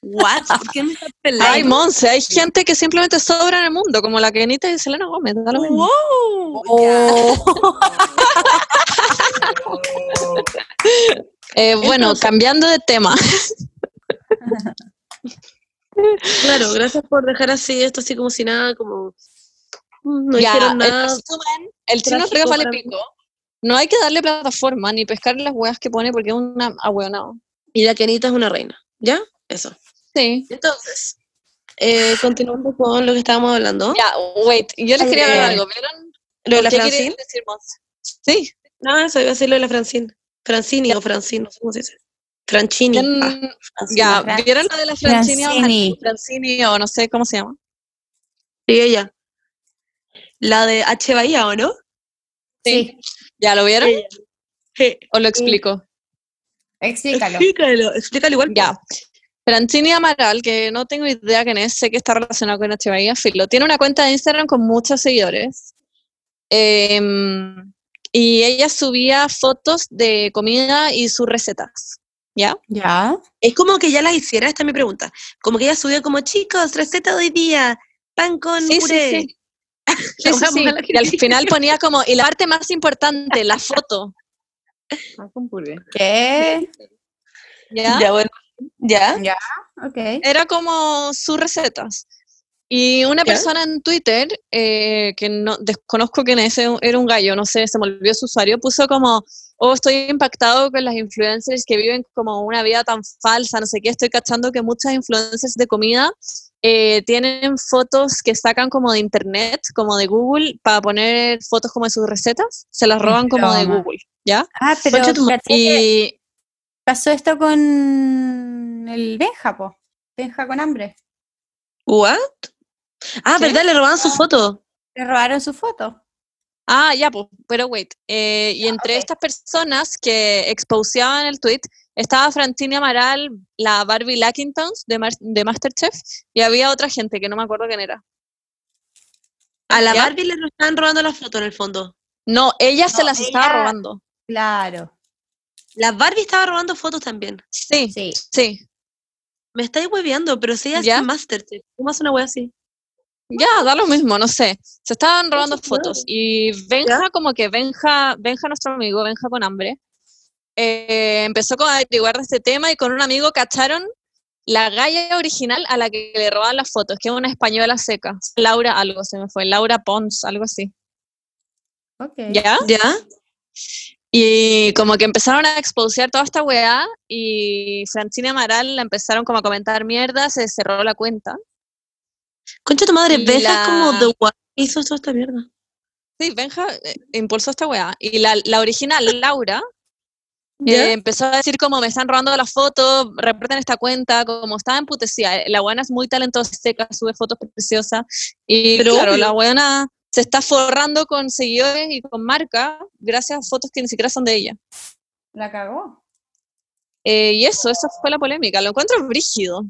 [SPEAKER 1] what ¿por qué
[SPEAKER 2] (laughs)
[SPEAKER 1] me estás
[SPEAKER 3] Ay,
[SPEAKER 1] pelando?
[SPEAKER 3] Monse, hay gente que simplemente sobra en el mundo, como la Kenita y Selena Gómez. da lo mismo.
[SPEAKER 1] Oh, (laughs) wow Oh,
[SPEAKER 3] Eh, bueno, cambiando de tema.
[SPEAKER 1] claro gracias por dejar así esto así como si nada como mm, no
[SPEAKER 3] Ya,
[SPEAKER 1] hicieron
[SPEAKER 3] el
[SPEAKER 1] nada
[SPEAKER 3] resumen, El chino
[SPEAKER 1] trágico
[SPEAKER 3] creo vale
[SPEAKER 1] para mí.
[SPEAKER 3] pico. No hay que darle plataforma ni pescar las hueas que pone porque es una ahueonado.
[SPEAKER 1] y la Kenita es una reina ya eso
[SPEAKER 3] Sí.
[SPEAKER 1] entonces eh, continuando con lo que estábamos hablando
[SPEAKER 3] Ya, wait. Yo les quería
[SPEAKER 1] Ay,
[SPEAKER 3] hablar
[SPEAKER 1] ay.
[SPEAKER 3] algo. ¿Vieron?
[SPEAKER 1] lo de la
[SPEAKER 3] ¿Qué querían
[SPEAKER 1] Francine
[SPEAKER 3] decir, Monse? Sí.
[SPEAKER 1] no eso iba a ser lo de la Francine Francini o Francine no sé cómo se dice Franchini
[SPEAKER 3] ¿Vieron-
[SPEAKER 1] ah, Francini.
[SPEAKER 3] Ya,
[SPEAKER 2] Fran-
[SPEAKER 3] ¿vieron lo de la Francini,
[SPEAKER 2] Francini.
[SPEAKER 3] O Francini o no sé cómo se llama?
[SPEAKER 1] sí ella la de H Bahía o no
[SPEAKER 3] (laughs) Sí. ¿Ya lo vieron?
[SPEAKER 1] Sí.
[SPEAKER 3] ¿O lo explico?
[SPEAKER 1] (laughs)
[SPEAKER 2] Explícalo.
[SPEAKER 1] Explícalo, explícalo igual.
[SPEAKER 3] Ya. Francini Amaral, que no tengo idea quién es, sé que está relacionado con H. Bahía, filo. Tiene una cuenta de Instagram con muchos seguidores. Em, y ella subía fotos de comida y sus recetas. ¿Ya?
[SPEAKER 2] ¿Ya?
[SPEAKER 1] Es como que ya la hiciera, esta es mi pregunta. Como que ella subió como, chicos, receta de hoy día, pan con
[SPEAKER 3] Sí, sí,
[SPEAKER 1] puré.
[SPEAKER 3] sí. (laughs)
[SPEAKER 1] (laughs)
[SPEAKER 3] Sí, sí,
[SPEAKER 1] Una
[SPEAKER 3] sí.
[SPEAKER 1] mala
[SPEAKER 3] Y al final ponía como, y la parte más importante, la foto.
[SPEAKER 4] Ah, con puré.
[SPEAKER 2] ¿Qué?
[SPEAKER 3] ¿Ya?
[SPEAKER 1] (laughs) bueno. ¿Ya?
[SPEAKER 2] Ya. Ok.
[SPEAKER 3] Era como sus recetas. Y una
[SPEAKER 1] ¿Ya?
[SPEAKER 3] persona en Twitter, eh, que no desconozco quién es, era un- era un gallo, no sé, se me olvidó su usuario, puso como, oh, estoy impactado con las influencers que viven como una vida tan falsa, no sé qué, estoy cachando que muchas influencers de comida eh, tienen fotos que sacan como de internet, como de Google, para poner fotos como de sus recetas, se las roban como de
[SPEAKER 2] Broma.
[SPEAKER 3] Google, ¿ya?
[SPEAKER 2] Ah, pero
[SPEAKER 3] Concha tu ma-
[SPEAKER 2] ¿cachai que
[SPEAKER 3] y
[SPEAKER 2] pasó esto con el Benja, po. Benja con hambre.
[SPEAKER 3] ¿What? Ah,
[SPEAKER 2] Sí.
[SPEAKER 3] ¿verdad? Le robaron su foto.
[SPEAKER 2] Le robaron su foto.
[SPEAKER 3] Ah, ya, pues, pero wait. Eh, y entre
[SPEAKER 2] ok.
[SPEAKER 3] estas personas que exposeaban el tweet estaba Francine Amaral, la Barbie Lackingtons de, Mar- de Masterchef, y había otra gente que no me acuerdo quién era.
[SPEAKER 1] A la
[SPEAKER 3] ¿Ya?
[SPEAKER 1] Barbie le están robando la foto en el fondo.
[SPEAKER 3] No, ella se
[SPEAKER 2] No,
[SPEAKER 3] las estaba
[SPEAKER 2] ella-
[SPEAKER 3] robando.
[SPEAKER 2] Claro.
[SPEAKER 1] La Barbie estaba robando fotos también.
[SPEAKER 3] Sí,
[SPEAKER 2] Sí.
[SPEAKER 3] sí.
[SPEAKER 1] Me estáis hueveando, pero si ella
[SPEAKER 3] ¿Ya?
[SPEAKER 1] es Masterchef, ¿cómo hace una wea así?
[SPEAKER 3] Ya, da lo mismo, no sé. Se estaban robando fotos. Y Benja, como que Benja, Benja, nuestro amigo, Benja con hambre, eh, empezó como a averiguar de este tema y con un amigo cacharon la galla original a la que le robaban las fotos, que es una española seca. Laura algo se me fue, Laura Pons, algo así.
[SPEAKER 2] Ok.
[SPEAKER 3] ¿Ya?
[SPEAKER 1] ¿Ya?
[SPEAKER 3] Y como que empezaron a exposear toda esta weá y Francina Amaral la empezaron como a comentar mierda, se cerró la cuenta.
[SPEAKER 1] Concha tu madre,
[SPEAKER 3] Y
[SPEAKER 1] Benja es como
[SPEAKER 3] la-
[SPEAKER 1] The One que hizo toda esta mierda.
[SPEAKER 3] Sí, Benja eh, impulsó esta weá. Y la, la original, Laura,
[SPEAKER 1] ¿Ya?
[SPEAKER 3] Eh, empezó a decir como me están robando las fotos, reporten esta cuenta, como estaba emputecida. eh, La buena es muy talentosa, seca, sube fotos preciosas. Y
[SPEAKER 1] Pero
[SPEAKER 3] claro,
[SPEAKER 1] obvio.
[SPEAKER 3] la buena se está forrando con seguidores y con marca gracias a fotos que ni siquiera son de ella.
[SPEAKER 2] La cagó.
[SPEAKER 3] Eh, y eso, esa fue la polémica. Lo encuentro brígido.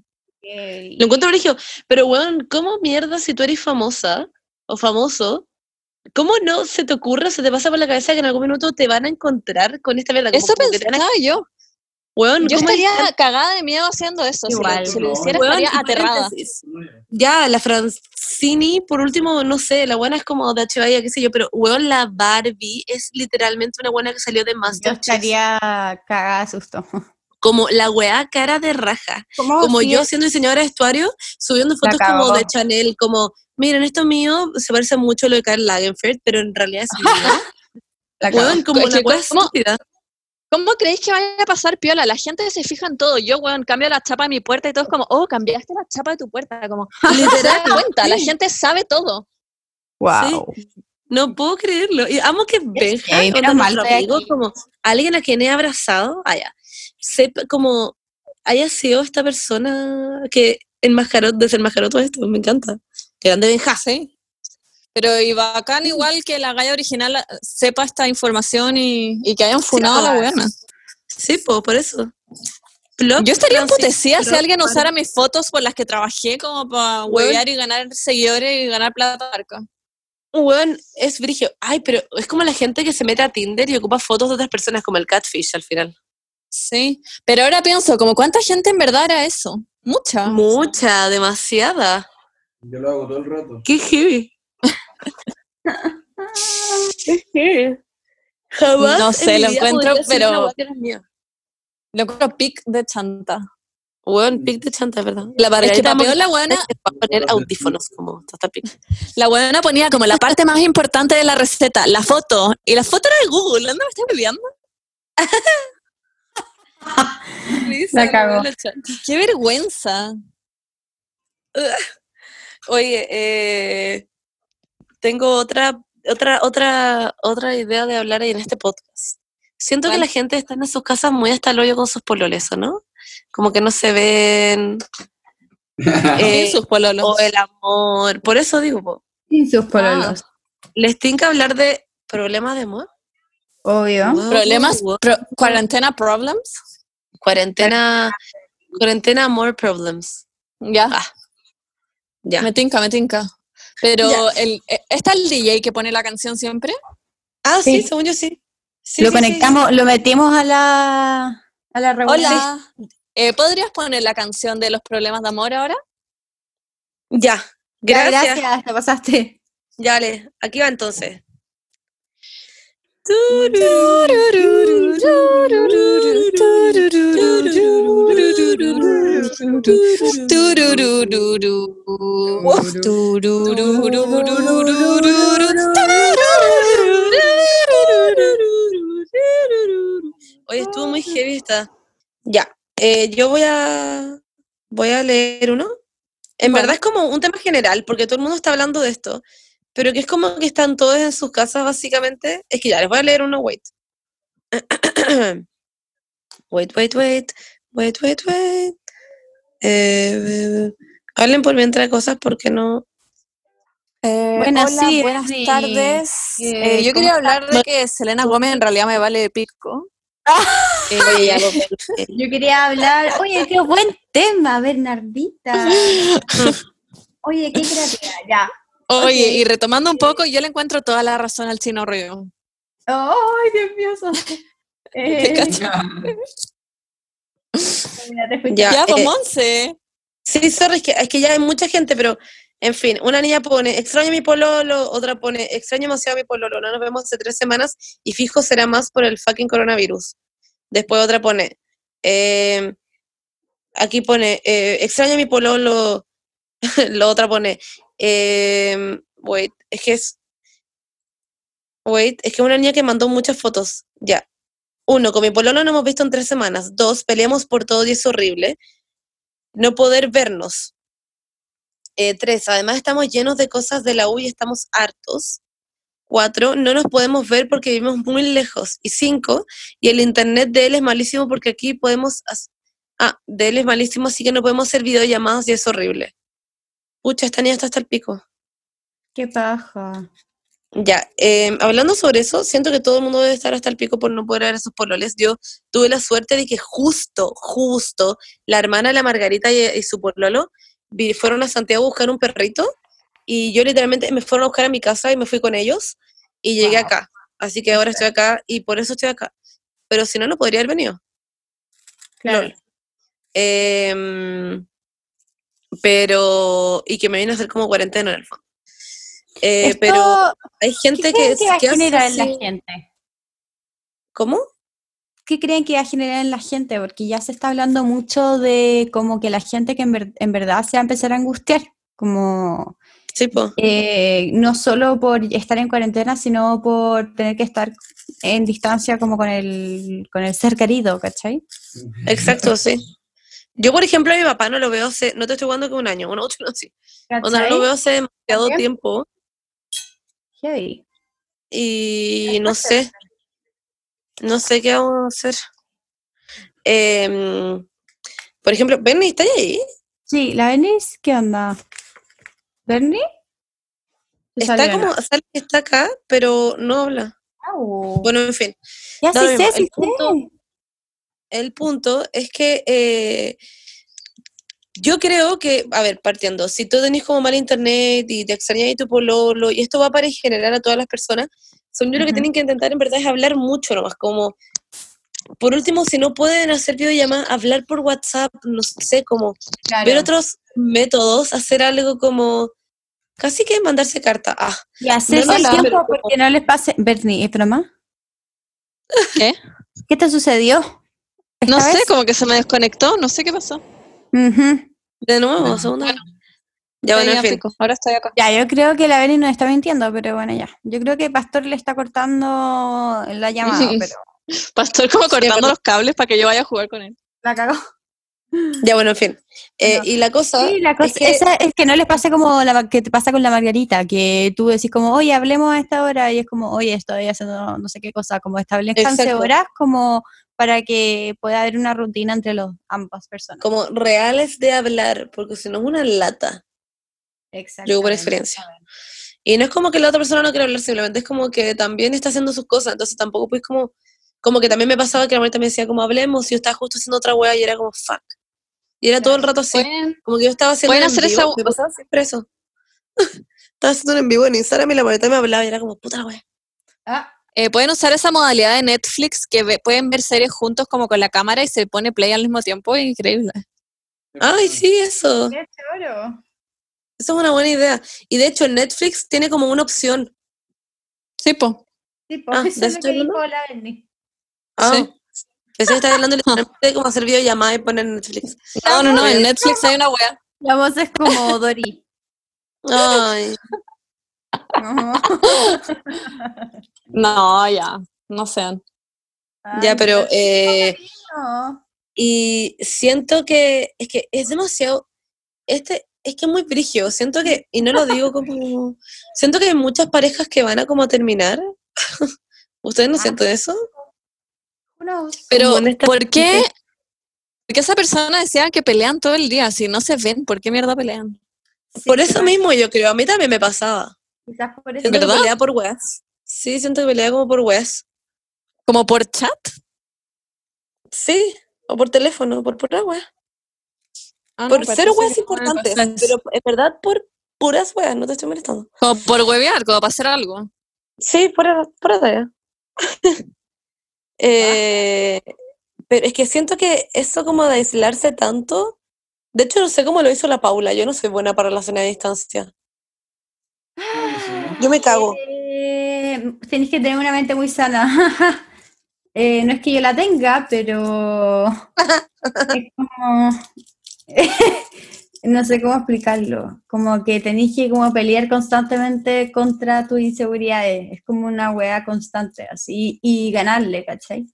[SPEAKER 2] Ey.
[SPEAKER 1] Lo encuentro brillo. Pero weón, ¿cómo mierda si tú eres famosa o famoso? ¿Cómo no se te ocurre, se te pasa por la cabeza que en algún minuto te van a encontrar con esta mierda? Como-
[SPEAKER 3] eso
[SPEAKER 1] como que te van a-
[SPEAKER 3] pensaba yo.
[SPEAKER 1] Weón,
[SPEAKER 3] Yo
[SPEAKER 1] ¿cómo
[SPEAKER 3] estaría cagada de miedo haciendo eso. Si
[SPEAKER 1] Igual.
[SPEAKER 3] lo, si lo hiciera,
[SPEAKER 1] Weón,
[SPEAKER 3] estaría
[SPEAKER 1] y
[SPEAKER 3] aterrada.
[SPEAKER 1] paréntesis, Ya, la Francini, por último, no sé, la buena es como de Chevaya, qué sé yo, pero weón, la Barbie es literalmente una buena que salió de
[SPEAKER 2] Yo
[SPEAKER 1] Masterchef.
[SPEAKER 2] estaría cagada de susto.
[SPEAKER 1] Como la weá cara de raja.
[SPEAKER 2] ¿Cómo
[SPEAKER 1] Como
[SPEAKER 2] sigue-
[SPEAKER 1] yo siendo diseñadora de vestuario, subiendo fotos
[SPEAKER 2] cagó.
[SPEAKER 1] como de Chanel, como, miren, esto mío se parece mucho a lo de Karl Lagerfeld, pero en realidad es mío.
[SPEAKER 2] La cagó.
[SPEAKER 1] Weón, como una
[SPEAKER 3] Chicos,
[SPEAKER 1] weá
[SPEAKER 3] ¿cómo?
[SPEAKER 1] estúpida.
[SPEAKER 3] ¿Cómo creéis que vaya a pasar piola? La gente se fija en todo. Yo, weón, cambio la chapa de mi puerta y todos como, oh, cambiaste la chapa de tu puerta. (laughs) Como, se
[SPEAKER 1] Literal.
[SPEAKER 3] dan cuenta, la gente sabe todo.
[SPEAKER 2] Wow.
[SPEAKER 1] No puedo creerlo. Y amo que Benja,
[SPEAKER 2] heavy,
[SPEAKER 1] onda,
[SPEAKER 2] menos mal
[SPEAKER 1] nuestro
[SPEAKER 2] estoy
[SPEAKER 1] amigo,
[SPEAKER 2] aquí.
[SPEAKER 1] como alguien a quien he abrazado, ah, allá, sepa como haya sido esta persona que enmascaró, desenmascaró todo esto. Me encanta. Qué grande Benja.
[SPEAKER 3] Sí. Pero y bacán igual que la galla original eh, sepa esta información y, y que hayan funado a la
[SPEAKER 2] claro.
[SPEAKER 3] weona.
[SPEAKER 1] Sí, po, por eso. Plop,
[SPEAKER 3] Yo estaría
[SPEAKER 1] Francis,
[SPEAKER 3] emputecida si
[SPEAKER 1] plop,
[SPEAKER 3] alguien
[SPEAKER 1] Fran-
[SPEAKER 3] usara mis fotos por las que trabajé como para
[SPEAKER 1] Weón.
[SPEAKER 3] huevear y ganar seguidores y ganar plata marca.
[SPEAKER 1] Weón, es brigio. Ay, pero es como la gente que se mete a Tinder y ocupa fotos de otras personas, como el catfish al final.
[SPEAKER 3] Sí. Pero ahora pienso, como cuánta gente en verdad era eso. Mucha.
[SPEAKER 1] Mucha, demasiada.
[SPEAKER 5] Yo lo hago todo el rato.
[SPEAKER 1] Qué heavy. Qué heavy. Jamás.
[SPEAKER 3] No
[SPEAKER 1] en
[SPEAKER 3] sé,
[SPEAKER 1] mi
[SPEAKER 3] lo
[SPEAKER 1] vida
[SPEAKER 3] encuentro,
[SPEAKER 1] podría hacer
[SPEAKER 3] pero-
[SPEAKER 1] una weá que no es mía.
[SPEAKER 3] Lo encuentro pic de chanta.
[SPEAKER 1] Weón, pic de chanta, es ¿verdad? La
[SPEAKER 3] Es que
[SPEAKER 1] Margarita
[SPEAKER 3] pa'
[SPEAKER 1] vamos
[SPEAKER 3] peor la buena
[SPEAKER 1] a poner audífonos como Tata Pic.
[SPEAKER 3] La buena ponía como la parte más importante de la receta, la foto. Y la foto era de Google, ¿dónde me estás viviendo?
[SPEAKER 2] La cagó.
[SPEAKER 3] ¡Qué vergüenza!
[SPEAKER 1] Oye, eh, tengo otra, otra, otra, otra idea de hablar ahí en este podcast. Siento
[SPEAKER 3] ¿Cuál?
[SPEAKER 1] que la gente está en sus casas muy hasta el hoyo con sus pololes, ¿o ¿no? Como que no se ven, eh,
[SPEAKER 3] Sí, sus pololos.
[SPEAKER 1] o el amor. Por eso digo, po,
[SPEAKER 2] Sin sus
[SPEAKER 1] Ah.
[SPEAKER 3] pololos.
[SPEAKER 1] ¿les tinca hablar de problemas de amor?
[SPEAKER 2] Obvio.
[SPEAKER 1] Wow,
[SPEAKER 3] Problemas,
[SPEAKER 1] wow.
[SPEAKER 3] pro- cuarentena problems.
[SPEAKER 1] Cuarentena, cuarentena amor problems.
[SPEAKER 3] Ya,
[SPEAKER 1] Ya.
[SPEAKER 3] me tinca, me tinca. Pero
[SPEAKER 1] Ya.
[SPEAKER 3] el, eh, ¿está el DJ que pone la canción siempre?
[SPEAKER 1] Ah, sí,
[SPEAKER 2] Sí.
[SPEAKER 1] según yo sí. Sí,
[SPEAKER 2] lo
[SPEAKER 1] sí, sí,
[SPEAKER 2] conectamos, lo metimos a la a la reunión.
[SPEAKER 3] Hola. Eh, ¿Podrías poner la canción de los problemas de amor ahora?
[SPEAKER 1] sí. Ya.
[SPEAKER 2] Ya,
[SPEAKER 1] Gracias.
[SPEAKER 2] gracias, te pasaste.
[SPEAKER 1] Ya, vale. Aquí va entonces.
[SPEAKER 3] Turururururu.
[SPEAKER 1] Oye, estuvo muy heavy esta. Ya, eh, yo voy a, voy a leer uno. En
[SPEAKER 3] Bueno.
[SPEAKER 1] verdad es como un tema general, porque todo el mundo está hablando de esto, pero que es como que están todos en sus casas básicamente. Es que ya, les voy a leer uno, wait. (clears throat) wait, wait, wait, wait, wait, wait. Eh, hablen por mientras cosas porque no...
[SPEAKER 6] Eh,
[SPEAKER 2] Buenas,
[SPEAKER 6] hola,
[SPEAKER 2] sí,
[SPEAKER 6] buenas
[SPEAKER 2] sí.
[SPEAKER 6] tardes.
[SPEAKER 3] Eh,
[SPEAKER 6] Eh, yo
[SPEAKER 3] ¿cómo
[SPEAKER 6] quería hablar de que Selena Gómez en realidad me vale de pico.
[SPEAKER 1] eh, oye, ya, vos-
[SPEAKER 2] Yo quería hablar. Oye, qué buen tema,
[SPEAKER 1] (laughs)
[SPEAKER 2] Bernardita. Oye, qué creativa. Ya.
[SPEAKER 3] Oye, y retomando un poco, yo le encuentro toda la razón al chino río.
[SPEAKER 2] ¡Ay, Dios mío! son-
[SPEAKER 1] (laughs)
[SPEAKER 2] Eh, mira, te escuché.
[SPEAKER 1] Ya,
[SPEAKER 3] Ya, pues,
[SPEAKER 1] eh,
[SPEAKER 3] Monse.
[SPEAKER 1] Sí, sorry, es que, es que ya hay mucha gente, pero en fin, una niña pone, extraño a mi pololo, otra pone, extraño demasiado a mi pololo, no nos vemos hace tres semanas y fijo será más por el fucking coronavirus. Después otra pone, eh, aquí pone, eh, extraño a mi pololo, (laughs) la otra pone, eh, wait, es que es, wait, es que es una niña que mandó muchas fotos, ya. Uno, con mi pololo no hemos visto en tres semanas. Dos, peleamos por todo y es horrible no poder vernos. Eh, tres, además estamos llenos de cosas de la U y estamos hartos. Cuatro, no nos podemos ver porque vivimos muy lejos. Y cinco, y el internet de él es malísimo porque aquí podemos... hac- Ah, de él es malísimo, así que no podemos hacer videollamadas y es horrible. Pucha, esta niña está hasta el pico.
[SPEAKER 2] ¡Qué paja!
[SPEAKER 1] Ya, em, hablando sobre eso, siento que todo el mundo debe estar hasta el pico por no poder ver a sus pololes. Yo tuve la suerte de que justo, justo, la hermana de la Margarita y, y su pololo vi- fueron a Santiago a buscar un perrito y yo literalmente me fueron a buscar a mi casa y me fui con ellos y llegué acá. Así que ahora estoy acá y por eso estoy acá. Pero si no, no podría haber venido.
[SPEAKER 2] Claro.
[SPEAKER 1] Lol. Em, pero, y que me vino a hacer como cuarentena en el fondo. Eh,
[SPEAKER 2] Esto,
[SPEAKER 1] pero hay
[SPEAKER 2] ¿Qué
[SPEAKER 1] gente que,
[SPEAKER 2] creen que va a
[SPEAKER 1] que hace
[SPEAKER 2] generar en
[SPEAKER 1] así-
[SPEAKER 2] la gente?
[SPEAKER 1] ¿Cómo?
[SPEAKER 2] ¿Qué creen que va a generar en la gente? Porque ya se está hablando mucho de como que la gente que en, ver- en verdad se va a empezar a angustiar, como
[SPEAKER 1] Sí, po.
[SPEAKER 2] eh, no solo por estar en cuarentena, sino por tener que estar en distancia como con el, con el ser querido, ¿cachai?
[SPEAKER 1] Exacto, sí. Yo, por ejemplo, a mi papá no lo veo hace, no te estoy jugando que un año, un ocho, no sí. O sea, no lo veo hace demasiado
[SPEAKER 2] También.
[SPEAKER 1] tiempo
[SPEAKER 2] Heavy.
[SPEAKER 1] y no sé, no sé qué vamos a hacer. Em, por ejemplo, Bernie, ¿está ahí?
[SPEAKER 2] Sí, ¿la Bernice? ¿Qué onda? ¿Bernie? Se
[SPEAKER 1] Está
[SPEAKER 2] salió,
[SPEAKER 1] como,
[SPEAKER 2] ¿no?
[SPEAKER 1] sale que está acá, pero no habla.
[SPEAKER 2] Au.
[SPEAKER 1] Bueno, en fin.
[SPEAKER 2] Ya
[SPEAKER 1] da
[SPEAKER 2] sí sé,
[SPEAKER 1] lo mismo,
[SPEAKER 2] sí
[SPEAKER 1] el punto-
[SPEAKER 2] sé.
[SPEAKER 1] El punto es que eh, yo creo que, a ver, partiendo, si tú tenés como mal internet y te extrañas y tu pololo, y esto va para en general a todas las personas, son yo lo que
[SPEAKER 2] Ujú.
[SPEAKER 1] tienen que intentar en verdad es hablar mucho nomás, como, por último, si no pueden hacer videollamadas, hablar por WhatsApp, no sé, como ver otros métodos, hacer algo como, casi que mandarse carta. Ah,
[SPEAKER 2] Y hacerse
[SPEAKER 1] no
[SPEAKER 2] el
[SPEAKER 1] la-
[SPEAKER 2] tiempo
[SPEAKER 1] pero como-
[SPEAKER 2] porque no les pase. Bernie, ¿es broma?
[SPEAKER 3] ¿Qué?
[SPEAKER 2] ¿Qué te sucedió?
[SPEAKER 3] No
[SPEAKER 2] ¿Esta
[SPEAKER 3] sé,
[SPEAKER 2] vez?
[SPEAKER 3] como que se me desconectó, no sé qué pasó.
[SPEAKER 2] Ujú.
[SPEAKER 1] de nuevo, segunda. vez. ya bueno,
[SPEAKER 3] Ahí
[SPEAKER 1] en
[SPEAKER 3] a
[SPEAKER 1] fin.
[SPEAKER 3] pico. Ahora estoy acá.
[SPEAKER 2] Ya, yo creo que la Bernie nos está mintiendo, pero bueno, ya. Yo creo que Pastor le está cortando la llamada, pero
[SPEAKER 3] (laughs) Pastor como cortando
[SPEAKER 1] pero-
[SPEAKER 3] los cables para que yo vaya a jugar con él.
[SPEAKER 2] la cagó.
[SPEAKER 1] Ya bueno, en fin. Eh,
[SPEAKER 2] No.
[SPEAKER 1] Y la cosa...
[SPEAKER 2] Sí, la cosa esa
[SPEAKER 1] que-
[SPEAKER 2] es, que, no les pase como la ma- que te pasa con la Margarita, que tú decís como, oye, hablemos a esta hora, y es como, oye, estoy haciendo no sé qué cosa, como establezcanse
[SPEAKER 1] Exacto.
[SPEAKER 2] horas como para que pueda haber una rutina entre los ambas personas.
[SPEAKER 1] como reales de hablar, porque si no es una lata.
[SPEAKER 2] Exacto.
[SPEAKER 1] Yo por experiencia. Y no es como que la otra persona no quiera hablar, simplemente es como que también está haciendo sus cosas, entonces tampoco pues como, como que también me pasaba que la mujer también decía como hablemos, y yo estaba justo haciendo otra wea y era como fuck. Y era todo el rato así,
[SPEAKER 3] Pueden-
[SPEAKER 1] como que yo estaba haciendo
[SPEAKER 3] pueden
[SPEAKER 1] un en
[SPEAKER 3] hacer
[SPEAKER 1] vivo,
[SPEAKER 3] esa-
[SPEAKER 1] me pasaba siempre eso. (laughs) estaba haciendo un en vivo en Instagram y la maleta me hablaba y era como puta la wea.
[SPEAKER 3] eh, pueden usar esa modalidad de Netflix que ve- pueden ver series juntos como con la cámara y se pone play al mismo tiempo. es Increíble.
[SPEAKER 1] Ay, sí, eso. Eso es una buena idea. Y de hecho Netflix tiene como una opción
[SPEAKER 3] Sí, po.
[SPEAKER 2] Sí,
[SPEAKER 1] Ah, eso es ¿de lo que esto hablando?
[SPEAKER 2] la Bernie.
[SPEAKER 1] Ah,
[SPEAKER 3] Sí.
[SPEAKER 1] Pensé que estaba hablando literalmente de cómo hacer videollamada y poner Netflix.
[SPEAKER 3] No, no, no, en Netflix hay una wea.
[SPEAKER 2] La voz es como Dory.
[SPEAKER 1] Ay,
[SPEAKER 3] No, ya, no sean.
[SPEAKER 1] ya, pero... Eh, y siento que... Es que es demasiado... Este... Es que es muy brigio, siento que, y no lo digo como... Siento que hay muchas parejas que van a como terminar. (laughs) ¿Ustedes no sienten eso?
[SPEAKER 3] Pero,
[SPEAKER 1] en esta
[SPEAKER 3] ¿por qué? Porque esa persona decía que pelean todo el día, si no se ven, ¿por qué mierda pelean?
[SPEAKER 1] por eso mismo yo creo, a mí también me pasaba.
[SPEAKER 2] Quizás por eso.
[SPEAKER 1] Siento que
[SPEAKER 3] ¿Verdad?
[SPEAKER 1] peleaba por weas. Sí, siento que peleaba como por weas.
[SPEAKER 3] ¿Como por chat?
[SPEAKER 1] Sí, o por teléfono, por pura wea.
[SPEAKER 3] Ah, no,
[SPEAKER 1] Por
[SPEAKER 3] parece
[SPEAKER 1] cero weas
[SPEAKER 3] que-
[SPEAKER 1] importantes,
[SPEAKER 3] Ah, pues,
[SPEAKER 1] pero en verdad por puras weas, no te estoy molestando.
[SPEAKER 3] Como por huevear, como para hacer algo.
[SPEAKER 1] Sí, pura, pura tarea. (laughs) Eh, pero es que siento que eso como de aislarse tanto, de hecho no sé cómo lo hizo la Paula, yo no soy buena para relaciones a distancia. Yo me cago.
[SPEAKER 2] Tenéis Eh, que tener una mente muy sana. (laughs) Eh, no es que yo la tenga,
[SPEAKER 1] (laughs)
[SPEAKER 2] pero. es como. (laughs) no sé cómo explicarlo. Como que tenéis que como pelear constantemente contra tus inseguridades. Es como una weá constante así. Y ganarle, ¿cachai?